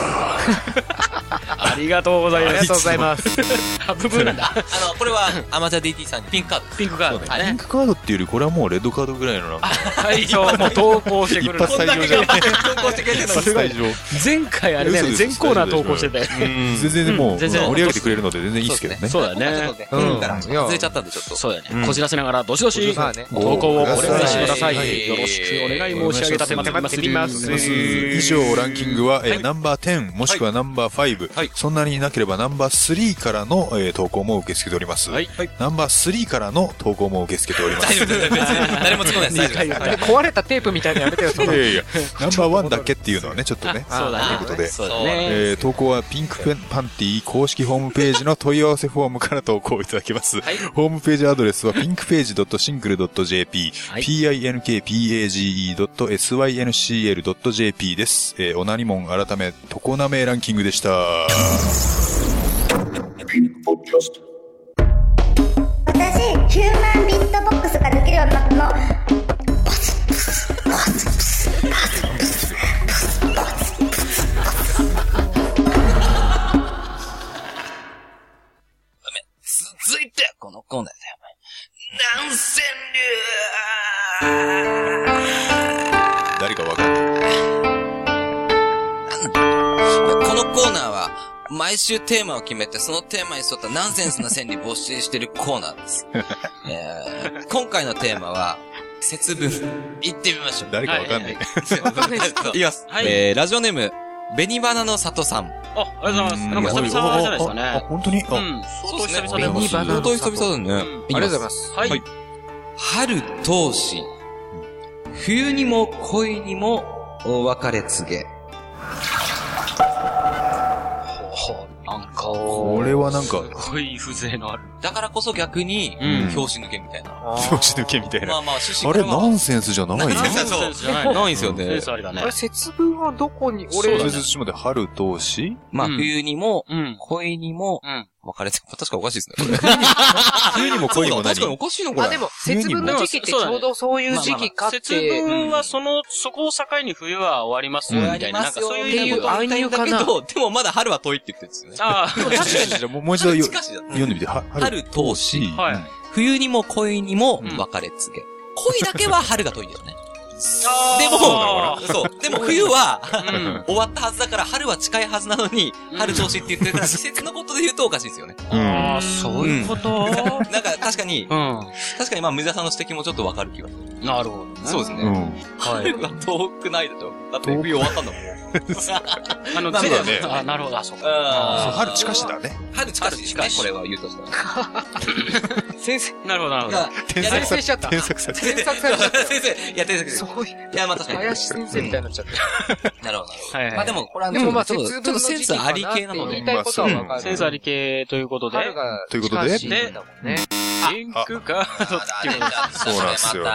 ありがとうござい
あり
ま
が
す
とうございます。
あブブーなんだ
あの、これはアマチュア DT さんにピンクカードです。
ピンクカード
リンクカードっていうより、これはもうレッドカードぐらいのなんか、
はいそうもう投稿してく
一
れる
発退場じゃない。
投稿してくれてる
一
のに
発退場。
前回あれだよね全コーナー投稿してたよね
うん全然もう、
全然
盛り上げてくれるので全然いいですけど ね。
そうだ
ちょ
ね
っとね、
うん
うんから外れちゃったんで、ちょっと。
そうだねこじらせながらどしどし
まあね
投稿をお願いしてくださ
はいい
よろしくお願い申し上げたてまってります
以上ランキングは、えーナンバー10もしくはナンバー5、
はい
そんなになければナンバー3からの、えー投稿も受け付けております、
はいはい
ナンバー3からの投稿も受け付けており ます
大丈夫 です別に誰もつかないです。大丈夫です
で壊れたテープみたいなのやめてよ、そ
い
の
や。いやナンバーワンだけっていうのはねちょっとね
そうだね
ということで
そうだね
えー投稿はピンクパンティ公式ホームページの問い合わせフォームから投稿いただけます。ホームページアドレスは pinkpage.syncl.jp、
はい
pinkpage.syncl.jp です。えー、オナニモン改め、トコナメランキングでした。
私ヒューマンビットボックスができるようになったの
続いて、このコーナーだよ。南千
誰かわかんない。
流このコーナーは、毎週テーマを決めて、そのテーマに沿ったナンセンスな川柳を募集しているコーナー です。えー今回のテーマは、節分。行ってみましょう。
誰かわかんない。
いきます。
はい
えー、ラジオネーム、紅花の里さん。
あありがとうございますなんか久々じゃないですか
あ、あ
ね
本当に
う
あ、
ん相当久々で
紅花
相当久々だね。
ありがとうございます。
はい
はい春通し、冬にも恋にもお別れ告げ。
なんか
これはなんか、
すごい風情のある
だからこそ逆に、
うん
表紙抜けみたいな。
拍子抜けみたい
ま
な。
あまあ、趣旨
あれ、
からは
ナンセンスじゃない
ナン
の
センス そう
センスじゃない
ないんですよ
セ
ね
ンス。ありだね
これ節分はどこに、
そう
俺、
だね。節々で春同士
まあ、
うん
冬にも、
うん
恋にも、
うん
別れて、確かおかしいですね。
冬にも恋にも何
確かにおかしいのこ
あ、
れ。
でも、節分の時期ってちょうどそういう時期かっ
節
て、
分はその、そこを境に冬は終わりますよ、みたいな。なんかそう
っ
い
て
う
い
よう
う
なこ
暗喩か
暗
な。
喩か
でもまだ春は遠いって言ってるんですよね
と。。ああ、
じゃあもうもう一度よ
近しいじゃん
読んでみて。は
春通し、
はい。
冬にも恋にも別れ告げ。恋だけは春が遠いんだよね。でも、そう。でも冬は、
うん。
終わったはずだから、春は近いはずなのに、
うん
春調子って言ってるから、季節のことで言うとおかしいですよね。
うん。
ああ、そういうこと
なんか、確かに、
う
確かにまあ、水田さんの指摘もちょっとわかる気がする。
ん。なるほどね。
そうです
う
ね。
ん。
春は遠くないでしょ。だって冬終わったんだもん。
あの、
なんだ
ね
あ、なるほど、あ、そうか。
そう
あ
春近しだね。
ー春近しですね、これは言うとしたら。
先生、
なるほど、なるほど。
添
いや
削さ
先生
れ
しちゃった。
添削され
添削されちゃった。
先生、いや、先生
そ、ういう、
いや、まあ確かに。
林先生みたいになっちゃった。
なるほど、なるほど。
はいはい
まあで も、これは
でもまあ、
ち
節
ょっと
分
ちょ
の
っとセン
時期
スあり系なの
かって
で
言い。たいことはわかる。
センスあり系ということで、
春が、
ということで
だもんね。
リンクカードっていう
そうなんですよ。ナ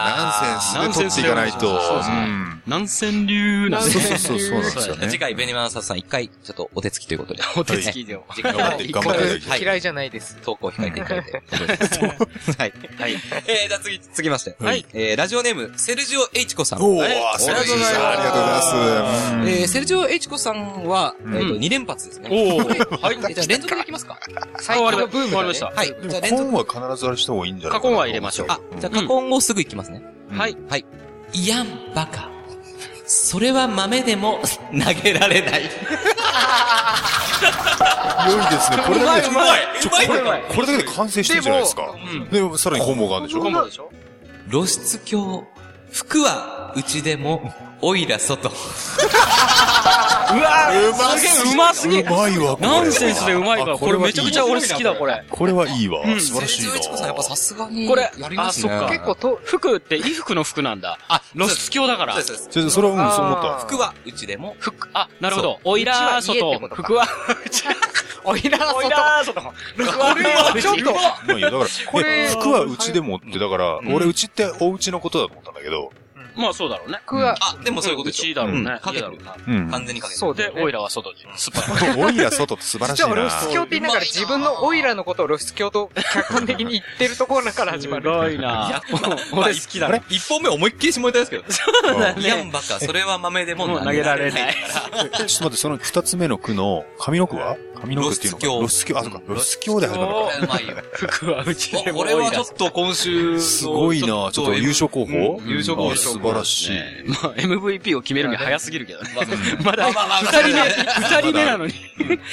ナ
ン
ン
セ
セ
ン
ン
スで取っ
ス
ていかないと。
そうそうそう
うん
南千流なんで
そう
す
そう
ね。
そう、そうなんですよね。
次回、ベニマナサさん一回、ちょっとお手つきということで。
お手つきでも。
次回
頑張って、頑張っていただきたい。
嫌いじゃないです。
投稿を控えていただいて。はい。はい。えー、じゃあ次、続きまして。はい。えー、ラジオネーム、セルジオエイチコさん。
おー、セルジーさん、ありがとうございますうん。
えー、セルジオエイチコさんは、えっと、2連発ですね。
おー
はい。じゃあ連続でいきますか。
最
終わり
近の
ま
ブームだね。
した。
はい。じゃあ連
本
続。
は必ずあれ外した方がいいんじゃない
過去音は入れましょう
あ
あ、じゃあ過去音をすぐいきますね。
はい。
はい。いやん、バカ。それは豆でも 投げられな
良
い。
いですね。これだけで、
うまい
ちょ
うまい
これ
うまい
これだけで完成してるじゃないですか。でも、さらにホモがあるんでしょ
コンボでしょ
露出狂。服はうちでも、おいら外。
うわーすげえうますぎ
うまいわ、これ。
ナンセンスでうまいから、
あ
これめちゃくちゃ
これはい
俺
い
好きだ、これ。
これはいいわ。素晴らしい
絶妙一子さんやっぱさ
な。
すがに。
これ
や、りま
あ、
す
そっ
ね。
か。結構と、服って衣服の服なんだ。あ、露出鏡だから
そう。ですそうです。
それそれは、うん、そう思った。
服はうちでも、
服、あ、なるほど。おいらー
そううちは家って
外、
ことか
服は、
おいら
おい
外。
らー外。服はちょっと。
まあいいよだから、え服はうちでもって、だから、俺うちっておうちのことだと思ったんだけど、
まあそうだろうね。
僕は、
あ、でもそういうこと
う
でし
ち
ょ。
だろう
うん
ね。
か
家
けて
だろ
る
うな。
うん。
完全にかけてる。
そうだ
で
よ、ね。
おいらは外に。すっぱ
オイラ外って素晴らし
じ ゃ
い
あ俺露出
な。
鏡って言いながら自分のオイラのことを露出鏡と客観的に言ってるところから始まる。
ごいな俺好きだね。
一本目思いっきり下ネタですけど。
うん
いやんばか、それは豆でも
もう投げられない。。
えちょっと待って、その二つ目の句の、上の句は上の句っていうのかな露
露出
出
狂
狂。あ、そうか、露出狂で始まる
これうまいよ。
服はうちでも
こ
おい
れ
ら
はちょっと今週の。
すごいなちょっと優勝候補
うん優勝候補
あ素晴らしい。
まあ MVP を決めるに早すぎるけどね。まだ、二
まあまあまあ
人目、二人目なのに。
い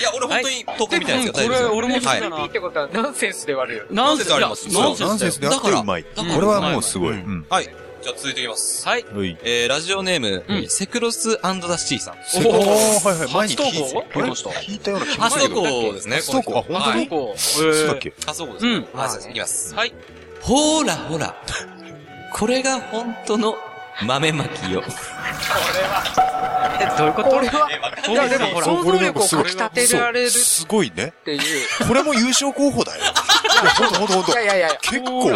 や、俺本当に投稿みたいなやつ
はい
大丈
こ
夫ですよ
れ俺も好きだな
はい
MVP ってことはナンセンスで割るよ。
ナン
センスあります
いや
そ
ナ
う
ン
ナンセン
セ
スであってうまい。
だから
これはもうすごい。
う
うん。
はい。じゃあ続いていきます。
はい。
はい。
えー、ラジオネーム、
うん
セクロスダシーさん。
おー、はいはい。前
初
に
投稿
聞い
聞いました
あれ聞いたような気が
あ
す
そ
るけど。
こですね、
初投稿あ、
この人
本当
は
に
い
こう。
そうだっ
え
け
あそこです
ーう
ね。
ん。
はい、そうですいきます。
はい。
ほーらほら。これが本当の豆まきよ。
え、どういうこと
これは、いやでも
そうこ
想像
れなん
力
か
を
すご
か
い
き立てられる
そう
っ
すごいね。
ていう。
これも優勝候補だよ。いやほんとほんとほんと
いやいやいやいや。
結構、
ほ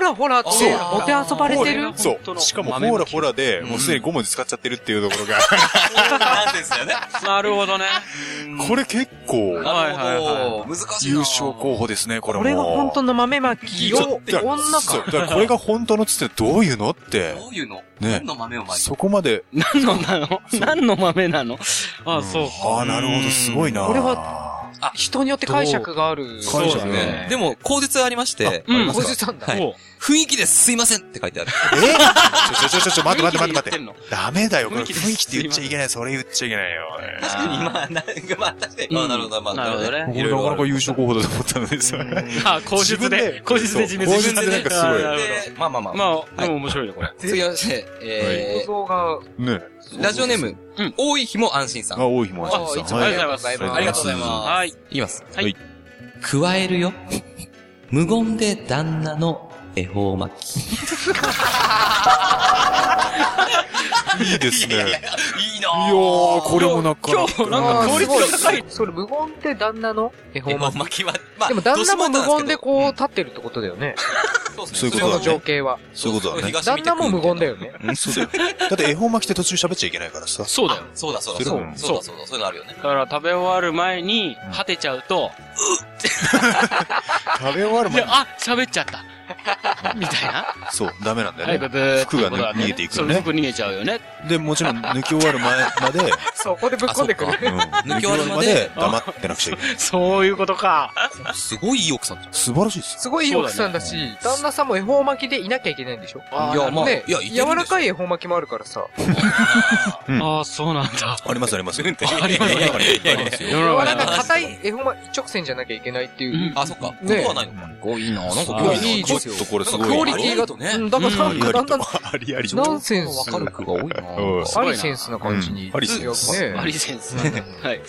らほらって、
そう
お手遊ばれてる
そ
本当
う。
の
しかも、ほらほらで、もうすでに5文字使っちゃってるっていうところが、
なんですよね。
なるほどね。
これ結構、
はいはいはい
おー難しいな
優勝候補ですね、これも。
これが本当
の
の豆まきを、女
そう
か。
だからこれが本当のつってどういうの って、
どういうの
ね
何の豆をまき
そこまで、
何のなの何の豆なのあ、そう
ああ、なるほど、すごいな。
これ人によって解釈がある。
解釈
ね
ね。
でも、口実ありまして、
うん
おじさんだ。
はい
お
雰囲気ですすいませんって書いてある。
えちょちょちょちょ、待って待って待
雰
って
囲気で言ってん
待
の
って。ダメだよ、これ
雰囲気で
雰囲気って言っちゃいけない、それ言っちゃいけないよ。
確 かに、まあ、なまあ、確かに。まあ、なるほど、まあ、
なるほどね。
こ
いろ
れ
いろ
なかなか優勝候補だと思ったんですよね。
あ、口述で、口述で自滅
口述でなんかすごい
あなる
でまあまあまあ。
ほどまあ、でも面白いね、これ。
続きまして、え
想像が、
ね。
ー、ラジオネーム
うん、
多い日も安心さん。
あ、多い日も
あいつも
ありがとうございます
ありがとうございます。
はい。
いきます。
はい
はい。
加えるよ。無言で旦那の恵方巻き。
す。いいですね。いや
いいな
ー、これもなかな
今
か。
日、なんか効率高い。
それ無言って旦那の恵
恵
方
方
巻
巻きは、まあ、
でも旦那も無言でこう
う
立ってるってことだよね。
どち
そう
も
いう
け
こと
ど、
そ
だ
の
ね
情景は。
そういうことだね。
東
旦
見て
那
くる
も無言だよね。
うんそうだよ。だって絵本巻きって途中喋っちゃいけないからさ。
そうだよ。
そうだそう
そ
だ、そう
れ
だ
も
そうだそうだ、そういうのあるよね。
だから食べ終わる前に、果てちゃうと、
食べ終わる
いや、あ、喋っちゃった。みたい な。
そう、ダメなんだ
はい、
よ
ブ
ね。
ブー
服
っ
がね
てことだ
逃げていく
そ
よ
う
ね
服逃げちゃうよね。
で、もちろん抜き終わる前まで、
そこでぶっこんでく
あそ
る
っ。
うん抜
き終わ
き終わ
るまで
るまで黙ってなくちゃいけない。
そういうことか。
すごいいい奥さんじゃん。
素晴らしいですよ。
すごいいい奥さんだし、旦那さんも恵方巻きでいなきゃいけないんでしょ
いや、まあ、
ね
いや、いけるでしょ
柔らかい恵方巻きもあるからさ。
ああ、そうなんだ。
ありますあります。あり
ありますね
ますよ。
世の
柔
中に
らかい
は
硬い恵方巻き一直線じゃなきゃいけないっていう。
うん
あ、そっか。
ね
言葉はないのか。
いいななんか
すごい
ないい
ちょ
で
っ
すよ
とこれすごい。
クオリティが、
とね
うんだからなんかだんだん、
ありあり。
ナンセンス。
句が多いな
うん
アリセンスな感じに。
うんアリセンス
ね
ありセンスなんだ。はい。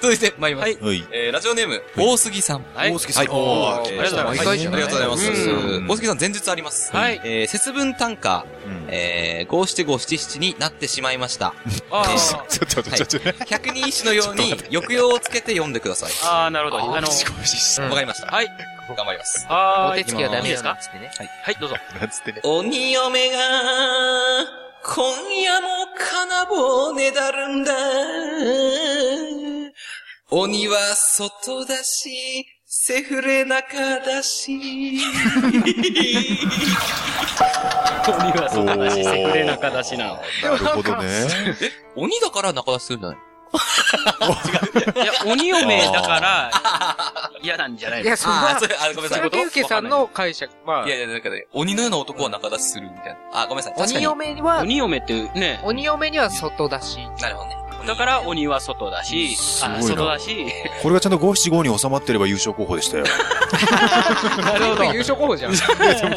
続いて、参ります。
はい。
えー、ラジオネーム、大杉さん。
はい
大。月さん。
はい
おー
えー
ありがとうございます
はいありがとうございます
う。ん
大杉さん、前日あります。
はい
えー、節分単価、
うん
えー、五七五七七になってしまいました。
あー
ちょっと待って、ちょっとね。
百人一首のよう に、抑揚をつけて読んでください。
あー、なるほど。あの、
わかりました。
はい。
頑張ります。
あ
お
ー、
手つきはダメだな
は
っつってね。
い、どうぞ。
なんつってね。
鬼嫁が、今夜も金棒ねだるんだ。鬼は外だし、セフレ中だし。
鬼はそんな
おー
話してくれなかだしなの。
なるほどね。
鬼だから中出しするんじゃない
いや、鬼嫁だから、嫌なんじゃない
い
の
や、そん な
あ、それ、あ、ごめんなさい。
それケウケさんの解釈。まあ
い、やいや、だから、鬼のような男は仲出しするみたいな。あ、ごめんなさい。確か
鬼
に。
嫁には、
鬼嫁ってね、
鬼嫁には外だし。
なるほどね。
だから鬼は外だし、
ごい
あ
な
外だし、
これがちゃんと五七五に収まってれば優勝候補でしたよ。
なるほど。優勝候補じゃん。
そうですね。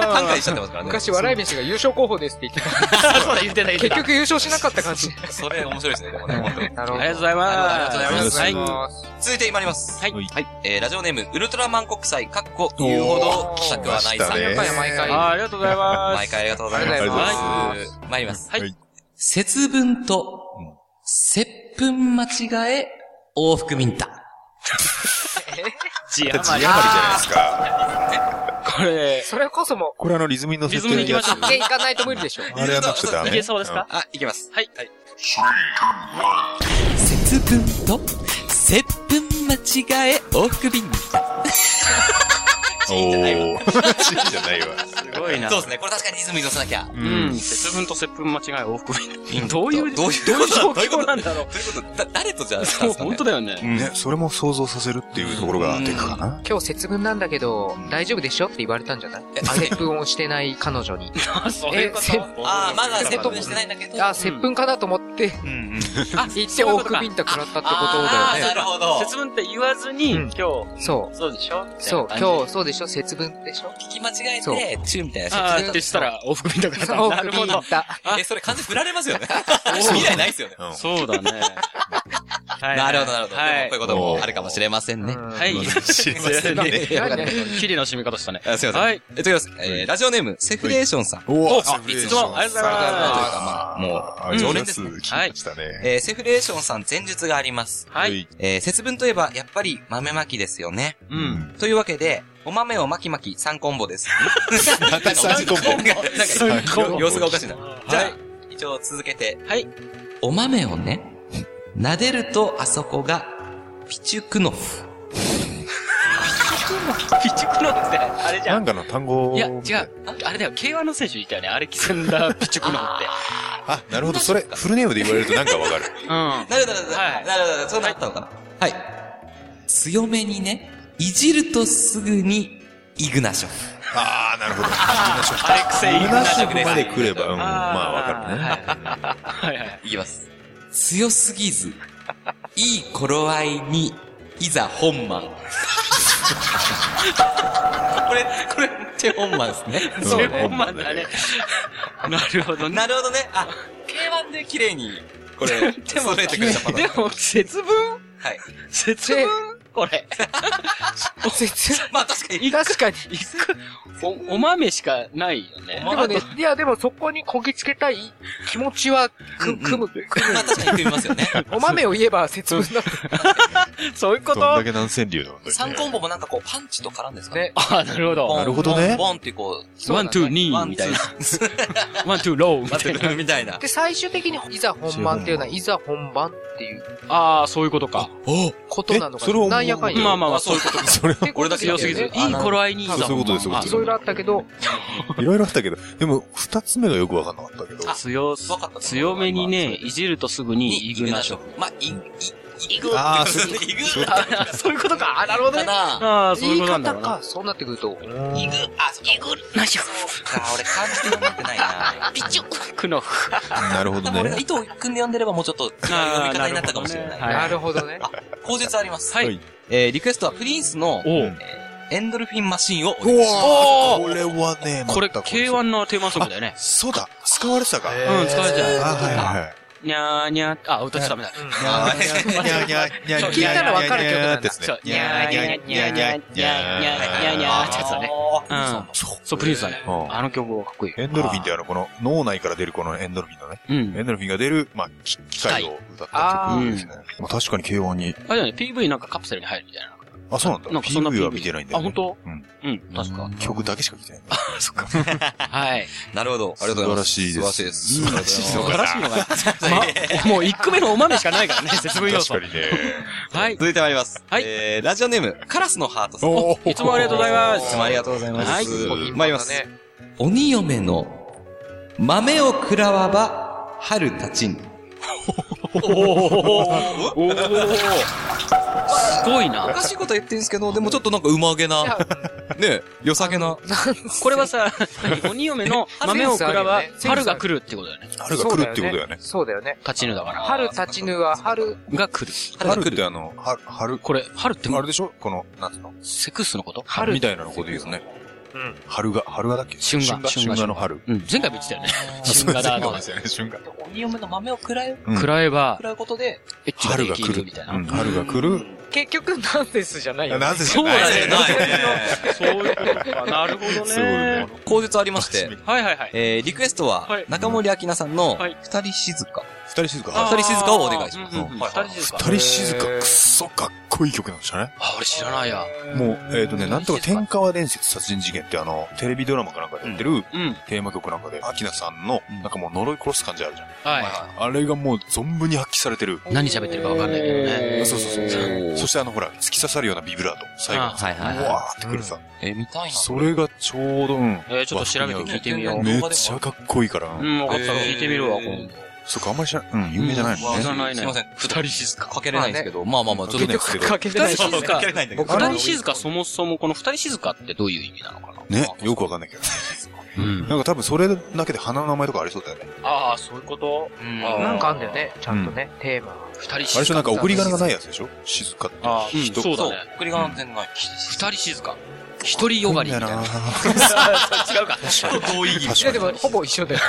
短歌にしちゃってますからね。
昔、笑い飯が優勝候補ですって言ってた。
そうだ言ってた言って
結
た。
局優勝しなかった感じ。
それ面白いですね、でもね、本当に。
なる
あり
ほど。
がとうございます。
ありがとうござ
あり
います
がとうござい
ます。
続いて参ります。
はい
はい。えー、ラジオネーム、ウルトラマン国際、かっこ、言うほど、したくはないさん。
来ましたね
今回は毎回。
あありがとうございます。
毎回ありがとうございます。
あ
が
り
とうござい
ます
はい参ります。
はい
はい
節分と、接分間違え、往復ミンタ。
字余り。
やはりじゃないですか。
これ、
それこそも
これあの、リズムに乗せて
リズム
る
に行
や
き
つ。
ま
う、で、行かないと無理でしょ。
あれはなくちゃダ
い
メ。
けそうですか
あ、いきます。
はい。
節分と、接分間違え、往復ミンタ。
うん。おー。チーじゃないわ。
すごいな。
そうですね。これ確かにリズムに乗せなきゃ。
うん。節分と節分間違い往復どういう、
ど
どう
ういうこと
いう状況なんだろう。
ということ、だ、誰とじゃあ、
そう、本当だよね。
ね、それも想像させるっていうところがテクかな。
今日節分なんだけど、大丈夫でしょって言われたんじゃない
え
接分をしてない彼女に。
あ、そ
え
ああ、まだ接分してないんだけど。
あ、接分かなと思って、
あ、
行って往復ビンタ食らったってことだよ
な
ね。
るほど。
節分って言わずに、
うん
今日、
そ
そうでしょ
う。そう、今日、そうでしょ節分でしょ
聞き間違え
そう
て、チューみたいな。
あーってした ら、往復便だから。
往復ビンタ。
え、それ完全に振られますよ ね。未来ないですよね。
そうだね。はい
なるほど、なるほど。
はい
でもこういう。こともあるかもしれませんね。
は。
はい
知りませんね
何何
綺麗な締め方したね。
あすいません。
はい。
え、次です。えー、ラジオネーム、セフレーションさん。という
お
あいつもありがとうございま
か、まあ、も
あ
う、
常連
常連
で。
ですす
聞
ね。
きましたね。
えー、セフレーションさん前述があります。
す。はい。。
えー、節分といえば、やっぱり豆まきですよね。
うん。
というわけで、お豆をまきまき3コンボ です。なんか
三コンボ
なんかなんか様子がおかしいな。じゃあ、一応続けて。
はい。
お豆をね、撫でるとあそこが、ピチュクノフ。
ピチクノって、あれじゃ。
なんんかの単語。
いや、違う。あれだよ、K1 の選手いたよね。アレキサンダー・ピチクノって。
あ、なるほど。それ、フルネームで言われるとなんかわかる。
うん。
なるほど、なるほど、
はい
なるほどなるほど、そうなったのかな。はい。強めにね、いじるとすぐに、イグナション。
あー、なるほど。
アレクセイ・イグナショ
ここまで来れば、うん、まあわかるね。
はいはい。
いきます。強すぎず、いい頃合いに、いざ本 番。これ、これって本番ですね。
そう、ほんまだね。なるほどね。
なるほどね。あ、K1 で綺麗に、これ、手もれてくれたパターン。
でも、節分
はい。
節分これ。
節分
まあ確かに、
確かに。
お、お豆しかないよね。
でもね、いやでもそこにこぎつけたい気持ちは、く、組む。
まあ確かに組みま すよね。
お豆を言えば節分だっ
そういうこ
どん
と
だ
あ
け南川流なんだよ
3
ね。
コンボもなんかこう、パンチと絡んでですか
ね
ね。
あ、なるほど。
なるほどね
ボンボンボンってこう、
そう
ワ
だ
ン、
ね
ツー、ニ
ワ
ー
ン
みたいな。
ツ
ワン、ツー、ローみ たいな。
ーみたいな
た。。で、最終的に、いざ本番っていうのは、いざ本番っていう
ああ、そういうことか。
ことなの
えそれを
かな。なんやかんや。
まあまあまあ、そういうことか。
それは、
あ
俺だけ強すぎず。い
い
い頃合いにいいぞ。
そういうことですそういうことです
いろいろあったけ ど、
いろいろあったけど、でも、二つ目がよくわかんなかったけど。
強す
わかった、
強めにね、いじるとすぐに、
に、
イ
イ
グ
グ
ナ
ナ
シ
シ
ョ
ョ
ン。
ン。まあ、イグ、イイグ
あー
そう
そう
イグ
そう
あ
そういうことか。あ、なるほど
か。な
ああ、そう
言
いう
い
ことなんだ
方
ろうな。
か、そうなってくると、
イグ、あ、そうイグナション。か、俺漢字で読めてないな。ピチュ
クノフ。
なるほど
ッ。俺が
ね。
糸を組んで読んでればもうちょっと違う読み方になったかもしれ
あーなるほどねは
ないい。
なるほどね。
口述あります。
はい
はい。
えー、リクエストはプリンスの
おう。
エンドルフィンマシンをお
う
願いします。
わ
お
ーこれはね、
これ、
また
K1 のテーマソングだよね。
そうだ、使われてたか。
うん、疲れちゃ
あ、
う。
はいはいはい。
にゃーにゃー。あ、歌っちゃダメだ。そう、にゃーにゃーにゃーにゃーにゃーにゃーにゃーにゃーっ
聞
てやつだね。うん。そう、プリンスだね。
うん
あの曲はかっこいい。
エンドルフィンってあの、この脳内から出るこのエンドルフィンのね、
うん。
エンドルフィンが出る、まあ、機械を歌った曲ですね。まあ確かに K1 に、
あれだよね、PV なんかカプセルに入るみたいな。
あ、そうなんだ。
なんかそんな
PV は見てないんだよ、
あ
ね。
本
当うん。
うん、確か。
曲だけしか見てない。
はい。
なるほど。ありがとうございます。
素晴らしいです
素晴らしいです。
素
素晴らしい のが、ま、もう1個目のお豆しかない からね、節分要素。
にね。
はい。
続いてまいります。
はい
えー、ラジオネーム、カラスのハートさん。
お
いつもありがとうございま
い
す
つ。もありがとうございます。
はい
参ります。鬼嫁の豆を食らわば春 立ちん。
おお
こ
ごいな
お。かしいことは言ってるんですけど、でもちょっとなんかうまげな、ね、良さげな。
これは さ、何鬼嫁の豆を食らわ、春が来るってことだよね。
春が来るってことよね。
そうだよね。
立ちぬだから。
春立ちぬは春、
が来る。
春ってあの、は春、
これ、春って
あれでしょこの、なんつうの
セクスのこと
春みたいなのこと言うよね。春が、春がだっけ
春画
春画の春。
うん、前回も言って たよね。春画だと
そう
か
で。すよね、春画。
鬼嫁の豆を食らう、
うん
食らえば
食、らうことで、
エッチがで
春が
き
来
る
る
みたい。
う
な。
ん春が来る。
結局ナンセンスじゃないよね。
なぜじゃない
だよねそういうことか。なるほど
すごい
ね
ね。
口述ありまして、
はいはいはい。
えー、リクエストは
はい、
中森明菜さんの、
はい
二人静か。
二人静か。
あ
二人静かをお願いします。
うんうんうん二人静か。
二人静か、くっそかっこいい曲なんでしたね。
あ、俺知らないや。
もう、えっ、とね、なんとか天川伝説殺人事件ってあの、テレビドラマかなんかでやってる
うん。
テーマ曲なんかで、アキナさんの、なんかもう呪い殺す感じあるじゃん。
は
あれがもう存分に発揮されてる。
い。何喋ってるかわかんないけどね。
そうそうそう。そしてあのほら、突き刺さるようなビブラート、最後のさ、
あはいはいはいう
わーってくるさ。
えー、見たいな。
それがちょうど、うん。
えー、ちょっと調べて聞いてみよう。
めっちゃかっこいいから。
う
うん
ん、わかった。聞いてみるわ、今度。
そっか、あんまり知らない。うん、有名じゃないの
知
ね。
らないね。
すいません。
二人静か。
かけれないんですけど、まあまあまあ、ちょっ
かけ
と
ないですけ
け二人
ど。
静か。
ないんだけ
二人静かそもそも、この二人静かってどういう意味なのかな
ね、よくわかん ないけど。
うん。
なんか多分それだけで花の名前とかありそうだよね。
ああ、そういうこと
なんかあんだよね、ちゃんとね、テーマが。
二人静
あ
か。
れでしょ、なんか送り仮名がないやつでしょ静かって。
あーうん
人
そう
そ
だ
う
ね。
送りが全然ない。
二人静か。一人よがりみたいな。 違うか。
同意義
いやでも、ほぼ一緒だよ。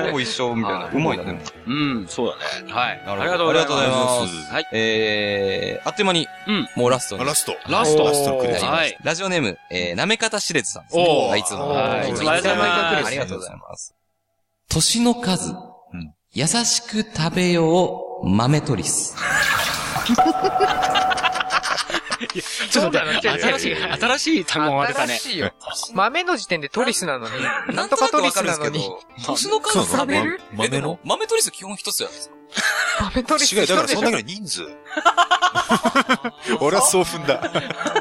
ね、ほぼ一緒みたいな。うまいね。
うん、そうだね。はい。
なるほど
ありがとうございます。
ありがとうございます
はい。
えー、あっという間に、
うん
もうラストに
ラスト。
ラスト。
ラストのくだり
はい。
ラジオネーム、えー、なめかたしれつさんですね。
おー
はい、いつも。
はい
いつ
いつもありがとうございます
ありがとうございます。年の数、
ん
優しく食べよう、豆トリ ス。
ちょっと待って、新しい、新しい単語が出たね
新。しいよ。豆の時点でトリスなのに。なんとかトリスなのに。
年の数
そうな
食
の
べる
ま
えで
豆
も
の
豆トリス基本一つじゃないですか。
豆トリス
違う、だから
一
そ
緒
ん
で
だ
し
けの人 数。俺はそう踏んだ。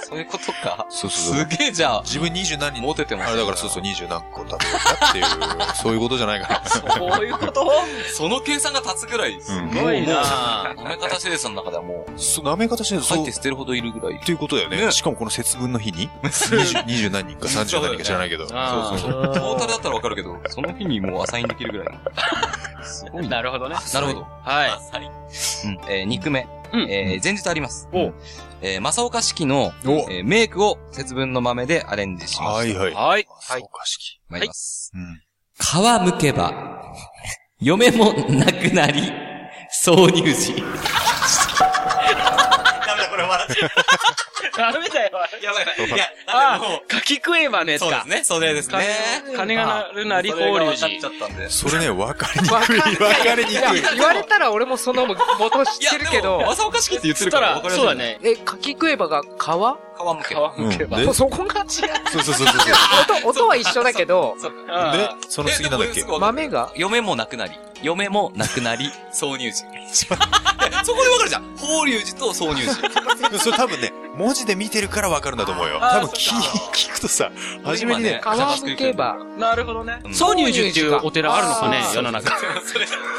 そういうことか。
そうそうそ
す
う。
げえじゃあ、
自分二十何人。
モテてます
あ
ね
れだからそうそう二十何個食べたっていう、そういうことじゃないか
そういうこと
その計算が立つぐらいです。
な。うん。
すごいな
なめかたしれつさんの中ではもう、
そう、舐め方してるそ
入
う。
って
っ
捨てるほどいるぐらい。
ていうことだよね。
ね
しかもこの節分の日 に、二十二十何 人か三十何人か知らないけど。そう
あー
そうそう。
トータルだったらわかるけど、 その日にもうアサインできるぐらい。すごいな。
なるほどね。
なるほど。
は
はい。えー、肉目。
うん
えー、前日あります。
お。
えー、正岡式の、
お
えー、メイクを節分の豆でアレンジしま
は
す。
いはいい。
はい。
そうか、式。
参ります。
うん。
皮むけば、嫁もなくなり、挿入時。
ダメだよ。
やばいやばい。いや、
ああ、柿食えばね
そうで
か
す。ね。それですね。
金がなるなり
そ
法
れが
隆
分かっちゃ
寺。
ったんで。
それ ね、分かりにくい。
分かりにくい
分かりにくい。
ょ。言われたら俺もその元知ってるけど、
正岡式って言って
そ
る
し
か
た
ら
ら
分、かりやす
そ
いう
だ。ね。
え、かき食えばが川
皮むけば。
皮
うん
むけば。
で
もうそこが違う。
そうそうそうそう。
音、音は一緒だけど、
で
あ、
その次なんだっけ
えでも
豆が、
嫁もなくなり、嫁もなくなり、挿入時。 そこで分かるじゃん。法隆寺と挿入時。
それ多分ね、文字で見てるからわかるんだと思うよ。多分聞聞くとさ、初めにね、
川向けば。
ーなるほどね。
うん
挿入寺っていうお寺あるのかね
あ、ー
世の中。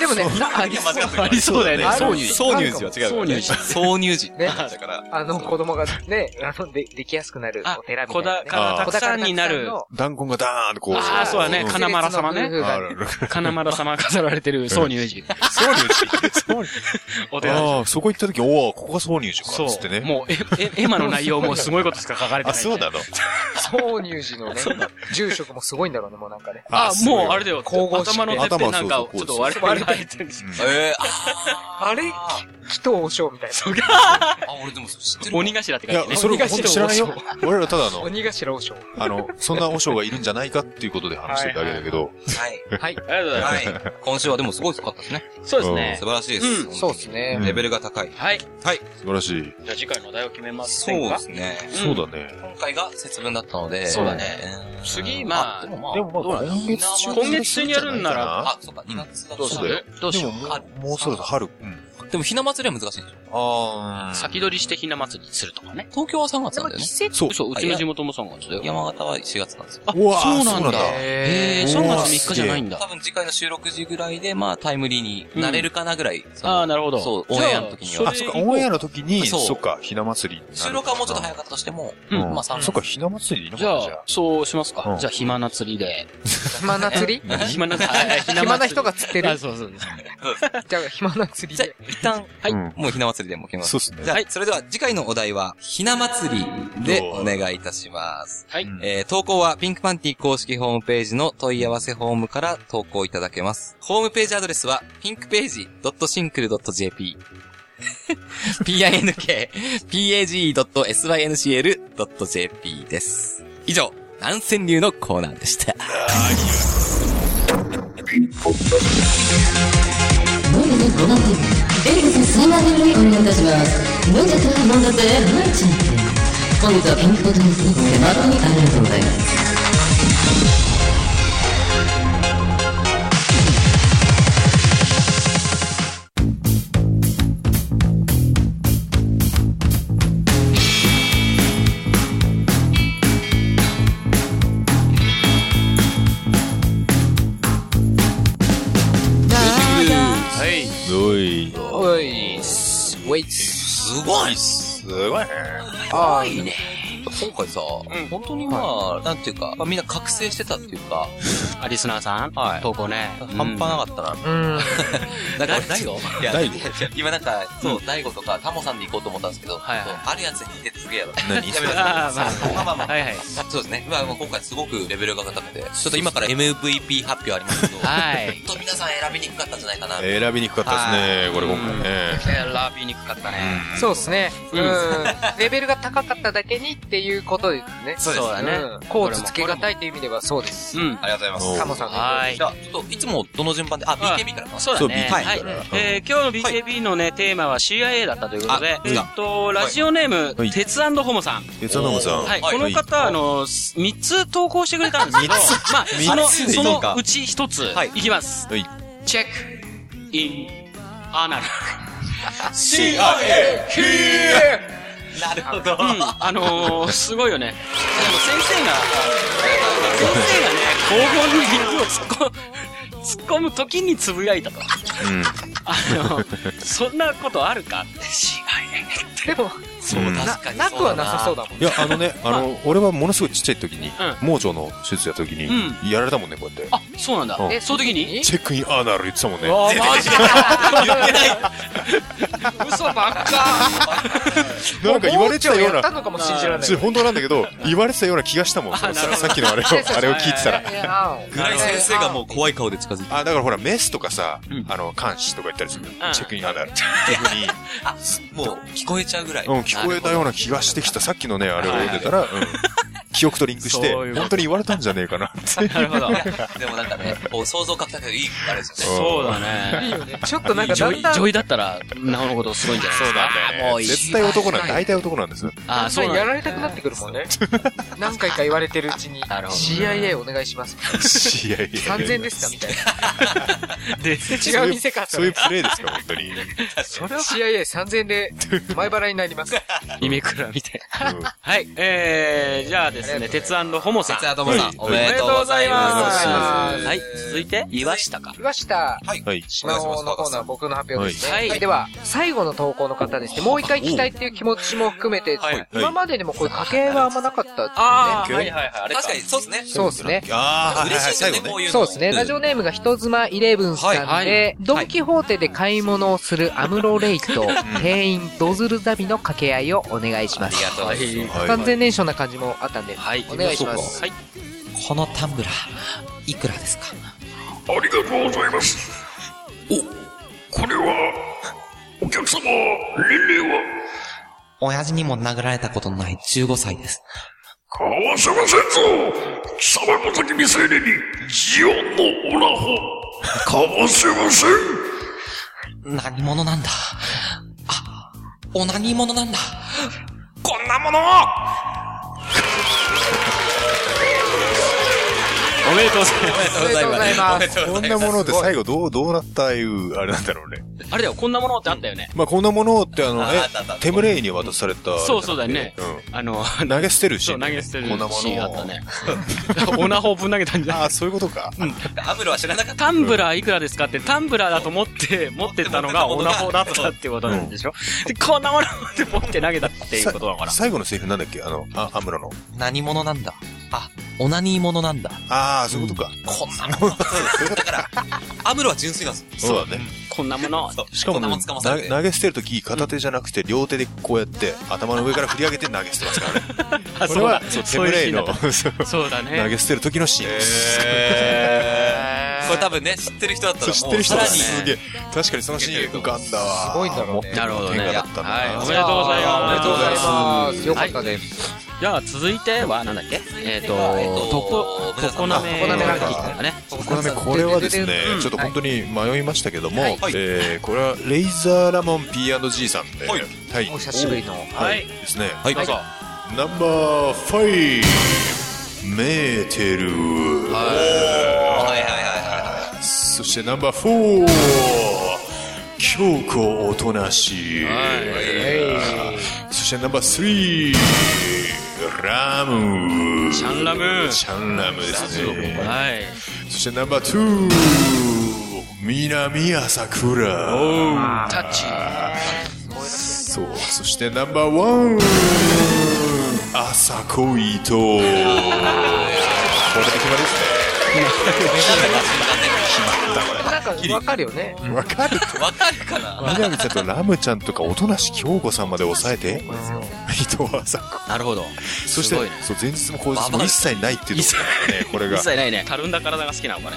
でもね、な、ありそう
ありそうだよね。
ある
挿入寺。
挿入時は違うからね。挿入時。
ね
だから。
あの子供がね、あの、で、できやすくなる
あ
お寺、みた
子
いなね。
宝
あ
たくさんになる。
弾痕がダーンってこう。
ああ、そうだね。
ん
金丸様
一
ね。
列の夫婦が
ある
金丸様が飾られてる挿入寺。
挿入時。挿入
お
時。
寺。
ああ、そこ行った時、おお、ここが挿入時か。つってね。
もう、え、 え、絵馬の内容もすごいことしか書かれてない。
あ、そうなの
挿入時のね、住職もすごいんだろうね、もうなんかね。
あ、もう、あれだよ。
神々しく
頭のてっぺんなんか
頭、そう
ち
そ
ょっ
う
と割れ割れて入ってるんですよ。
えー、あ
あれ紀藤王将みたいな。
あ、俺でも知ってる。
鬼頭って
い
書い
や
てね、。
それ本当知らないよ。俺らただの、
鬼頭王将。
あの、そんな和尚がいるんじゃないかっていうことで話してるだけだけど。
はい。
あり
はい。
がとうございます。
はい。今週はでもすごい良かったですね。
そうです
うん
ね
素。晴らしいです。
うん
本当に
そうですね。
レベルが高い。
はい。
素晴らしい。
じゃあ次回のお題を決めま
そ
せ
うんで
か
すね。
そうだね。
今回が節分だったので。
そうだね
えー。
次、まあ、
でもまあ、今月中
今月中にやるんなら、
あ、そうか、2月だと
どうす
そうだ
るどうし
で
よ
も
う
も
か。
う、もうそろそろ春、うん
でも、ひな祭りは難しいんでしょ
あー。
先取りしてひな祭りするとかね。
東京は3月
で
な
も
んだよ
季
ね。
節
そう
そう、うちの地元も3月だよ。
山形は4月なんですよ。
あ、
うわー
そう
そ
な
うんな
だ
ん。だ
へえ、3月3日じゃないんだ
多。分次回の収録時ぐらいで、まあ、タイムリーになれるかなぐらい。その
ああ、なるほど。
そう、オンエアの時に
じゃ
は
あ、
あ。
そっか、オンエアの時に、
そう
そっか、ひな祭りになる
収録はもうちょっと早かったとしても、
うん
まあ、3
そ
月
っ。か、ひな祭りでいいの
じ
か
ゃ
なじゃ
あ、そうしますか。
うん
じゃあ、暇な釣りで。
暇な釣り
暇 な釣り。
暇な人が釣ってる
あ、。そうそう。
じゃあ、暇な釣り
じゃ
で。
あ、一旦、
あ。
い
うん
もうひな祭りでも決めます
そう。っすね
じ。ゃあ、それでは次回のお題は、ひな祭りでお願いいたします。
はい
えー、投稿はピンクパンティ公式ホームページの問い合わせフォームから投稿いただけます。ホームページアドレスは、pinkpage.syncl.jp。pink, page.syncl.jp です。以上、南川流のコーナーでした。
飲んでごらんてデリカスサマーベルお願いいたします飲んじゃって飲んじゃって飲んじゃって本日はピンクボトルスイーツで誠にありがとうございます
はい。
おい。
おいっす、おいっす。
すごいっす。
すごいね。
ああ、いいね。
今回さ、本当にまあ、なんていうか、まあ、みんな覚醒してたっていうか、
あ、リスナーさん。
はい
投稿ね。
半端なかった な。
うん。
なんか、大悟いや、
大悟
今なんか、そう、大悟とか、タモさんで行こうと思ったんですけど、
はい
そうあるやつに似ててすげえやろ。
何
やめな
あ
さいまあまあまあ
はいはい。
そうですね。まあ、まあ今回すごくレベルが高くて、ちょっと今から MVP 発表ありますけど、
はい
ちょっと皆さん選びにくかったんじゃないかな。
選びにくかったですね、これ今回ね。
ラビーにくかったね。
そうですね。うん。レベルが高かっただけにっていうことですね。
そうだね。
ん。コーツつけがたいという意味ではそうです。
うん。
ありがとうございま
お
す。
う
カモさんの
は
じゃあ、ちょっと、いつもどの順番で、あ、BKB からかな。
そうだね。
そう BKB
はい
から。
えー今日の BKB のね、テーマは CIA だったということで
あ、
えっと、ラジオネー
はい
ム、鉄ホモさん。
鉄穴さん。
はい、
はい
この方、あの、3つ投稿してくれたんですけど、まあ、その、
三つ
そ
そうか
のうち1つ、
はい
いきます。
はい
チェック、イン、アナル。
なるほど。
うん、あのー、すごいよね。でも先生が、先生がね、工房に水を突っ込む、突っ込む時につぶやいたと。あの、そんなことあるかって、
でも、
そうだ。
な、なくはなさそうだもん。
いや、あのね、あの、俺はものすごいちっちゃい時に、
う
盲腸の手術やった時に、
う
やられたもんね、こうやっ
あ、そうなんだ
う。ん
え、その時に
て。チェックインアーナル言ってたもんね。
あ、マジ
嘘ばっか
なんか言われちゃうよう
やった
な。
のかも信じられない。
それ本当なんだけど、言われてたような気がしたもん。そのささっきのあれを、あれを聞いてたら。
ぐらい 先生がもう怖い顔で近づいて。
あ、だからほら、メスとかさ、
ん
あの、監視とか言ったりする
うん
チェックインアナルっていう
もう、聞こえちゃうぐらい。
ふうに、うん、聞こえたような気がしてきた。さっきのね、あれを出たら、うん記憶とリンクして、
そういうこと
本当に言われたんじゃねえかなって。
なるほど。
でもなんかね、こう想像かきたけどいい、あれですよね。
そうだね。
ちょっとなんか
ジ
だ
ョ
ん
イ、
だん
ジョイだったら、なおのことすごいんじゃないですか。
ね絶対男なん、大体男なんですよ。
あ、そうなん
や
だ。
られたくなってくるもんね。何回か言われてるうちに、CIA お願いします。
試合
3000ですかみたい
で、
な。 違う店か。そ
そういう
れ
プレイですか、本当に。
CIA3000 で前払いになります。
イメクラみたいな。
うん
はい。えー、じゃあですね、鉄ホモさん。
哲也友さん、おめでとうございます。
ます
はい、続いて、岩下か。
岩下
はい。
島尾のコーナー僕の発表ですね。
は
はいい。では、最後の投稿の方ですね、もう一回聞きたいっていう気持ちも含めて、
はい
今までにもこういう掛け合いはあんまなかったっていうね。
あ
ーはい
はいはい。
確かに、そうですね。
そうですね。
ああ、
嬉しい
は
で
は
すね、こういうの。
そうですね。
ん
ラジオネームが人妻イレブンさんで、
はいはい
ドンキホーテで買い物をするアムロレイと、店員ドズルザビの掛け合いをお願いし
あ
ま
り
す
が。とうございます。
はいはい
完全燃焼な感じもあったんで、
はい。
お願いしま
そう
す。
かはい。
このタンブラー、いくらですか
ありがとうございます。お、これは、お客様、年齢は、
親父にも殴られたことのない15歳です。
かわせませんぞ砂漠的未成年に、ジオンのオラホ、かわせません
何者なんだあ、お何者なんだ
こんなもの
おめでとうござい
おめでとうございます
こんなものって最後どう、どうなったいう、あれなんだろうね。
あれだよ、こんなものってあったよね。
まあ、こんなものってあの、
あ
え
あったあった、
テムレイに渡された。
そうそうだよね。
う
あの、
ん。 投げ捨てるし。
そう、投げ捨てる
こんなもの
シーンあったね。 オナホぶん投げたんじゃない
ああ、そういうことか。
アムロは知らなかった。
タンブラーいくらですかって、タンブラーだと思 って、持ってたのがオナホだったってことなんでしょ、で、こんなものって持って投げたっていうことだから
さ。最後のセリフなんだっけあの、あ、アムロの。
何者なんだあ、オナニー者なんだ。
ああ、そういうことか。
こんなもの。だから、アムロは純粋なんです。
そうだね。
こんなもの。
そ う
しかも、
こんなもん捕まさ
投
れ
げ
て。
投げ捨てるとき、片手じゃなくて、両手でこうやって、頭の上から振り上げて投げ捨てますからね。
あ、
こ
そ
れ
うだ
は、。そうテ
そう
ム
いう
レ
シー
イ
ンだ
の、
っ
そう
た。 そうだ
投
ね。
げ捨てる時のシーンです。
これ多分ね、知ってる人だっ
そう
たら、
知ってる人
も
は
うさ
すげえ。確かにそのシーン浮かんだわ。すごいんだろうね。
なるほどね。
だったな。
おめでとうございます。
おめでとうございます。よ
は
か
い
ったです。
じゃあ、続いては、なんだっけえっと、とこ、と
皆さん
こなめ。
常滑ランキング
だね。
これこれはですね、ちょっと本当に迷いましたけども、えーこれはレイザーラモン P&G さんで、
はい
はい
お久しぶりの。
はい、ですね。
はい、どうぞ。
ナンバーファイメーテル、
はいはいはいはい。
そしてナンバーフォー京子おとなしい、そしてナンバースリーラム
シャンラム
シャンラムですね
はい。
そしてナンバーツー南朝倉
タッチ。
そうそしてナンバーワン朝子伊藤これで決まりです
なんか、わかるよね。
ねわかると
わかるかな
南ちゃんとラムちゃんとか音無京子さんまで抑えて伊藤朝子
なるほど。
そし
す
て
ごいね
そう前日も後日も一切ないっていうところだよねこれが
一切ないね。たるんだ体が好きなのかね。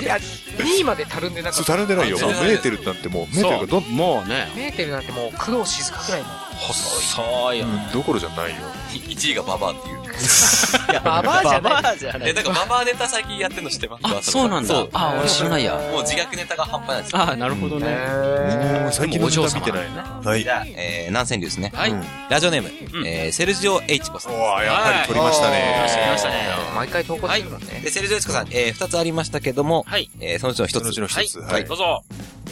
いや、2位までたるんでなか
そう
った。
たるんでないよもう
全然
メーテルなんてもうメーテルがどん
もうね、
メーテルなんてもう工藤静香くらいの。
細いよ。
どころじゃないよ
1位がババアっていう。
いや、ババアじゃない。
じゃな
え、なんかババアネタ最近やってるの知ってます
あ、そうなんだ。あ、俺知らないや。
もう自虐ネタが半端ないです。
あ、なるほど
え
ね。
もう最近のネタ見てないはい
じゃあ、えー、南千流ですね。
はい。
うん
ラジオネーム、
うん
えー、セルジオ・エイチコさん
お。ーやっぱり取りましたね
りましたね。
ー毎回投稿するもんね。
で、セルジオ・エイチコさん、えー、二つありましたけども、
はい。
えー、そのうちの一
そのう
つ
ち。の一つ
は。
はいい
どうぞ。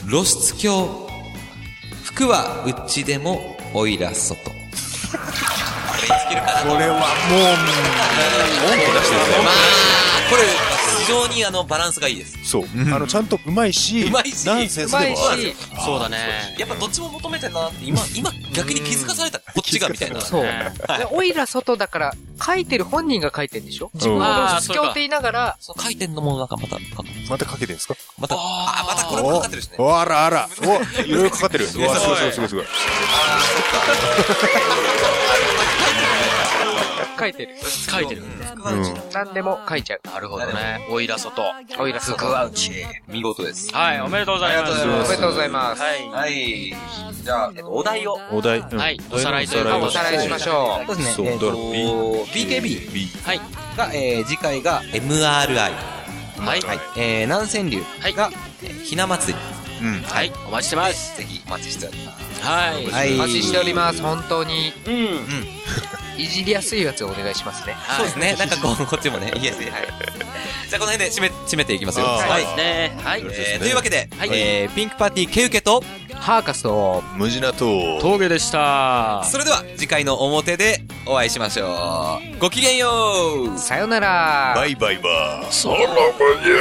露出狂。服はうちでも、おいら外。これに尽きるかな。
これはもう、音符出してる
まあ、これ、非常にあの、バランスがいいです。
そう。あの、ちゃんとうまいし、
うまいし
ナンセンスでもある。
そうだね。
やっぱどっちも求めてんなって、今、今、逆に気づかされた、こっちがみたいな。
そう。
ね
でオイラ外だから、書いてる本人が書いてんでしょ自分
あ
の
ーそう
実
か
況って言いながら、
その回転のものなんかまた、
またかけてるんですか
また、あ、またこれもかかってるしね。
おあらあら。お、いろいろかかってる。うわ、すごいすごいすごいすごい。
書いてる。
書いてる。
服はうちだ
何でも書いちゃう。
なるほどね。おいら外。
オイラ外。
はうち。見事です。
はい、おめでとうございます。
ありが
おめでとうございます。
は
はい。じゃあ、えっと、お題を。
お題。
い。はい、おさらいという
あ
か、
おさらいしましょう。
そうです
そ
ね。
う
えっと
だから
BKB
B。
はい。
が、えー、次回が MRI。
はい。
はい。えー、南千流が、えーひな祭り。
うん。
はい。お待ちしてます。
ぜひお待ちしております。
はい。
い
お待ちしております。本当に、
うん。
いじりやすいやつをお願いしますね。
そうですね。なんかこう、こっちもね、イエスで。はい。じゃあ、この辺で締め、締めていきますよ。
あー
はい。
ねはい。
えー、というわけで、
はい
えー、ピンクパーティー、ケウケと、
ハーカスと、
無地なと、
峠でした。
それでは、次回の表でお会いしましょう。ごきげんよう
さよなら。
バイバイバー。
さらばじゃ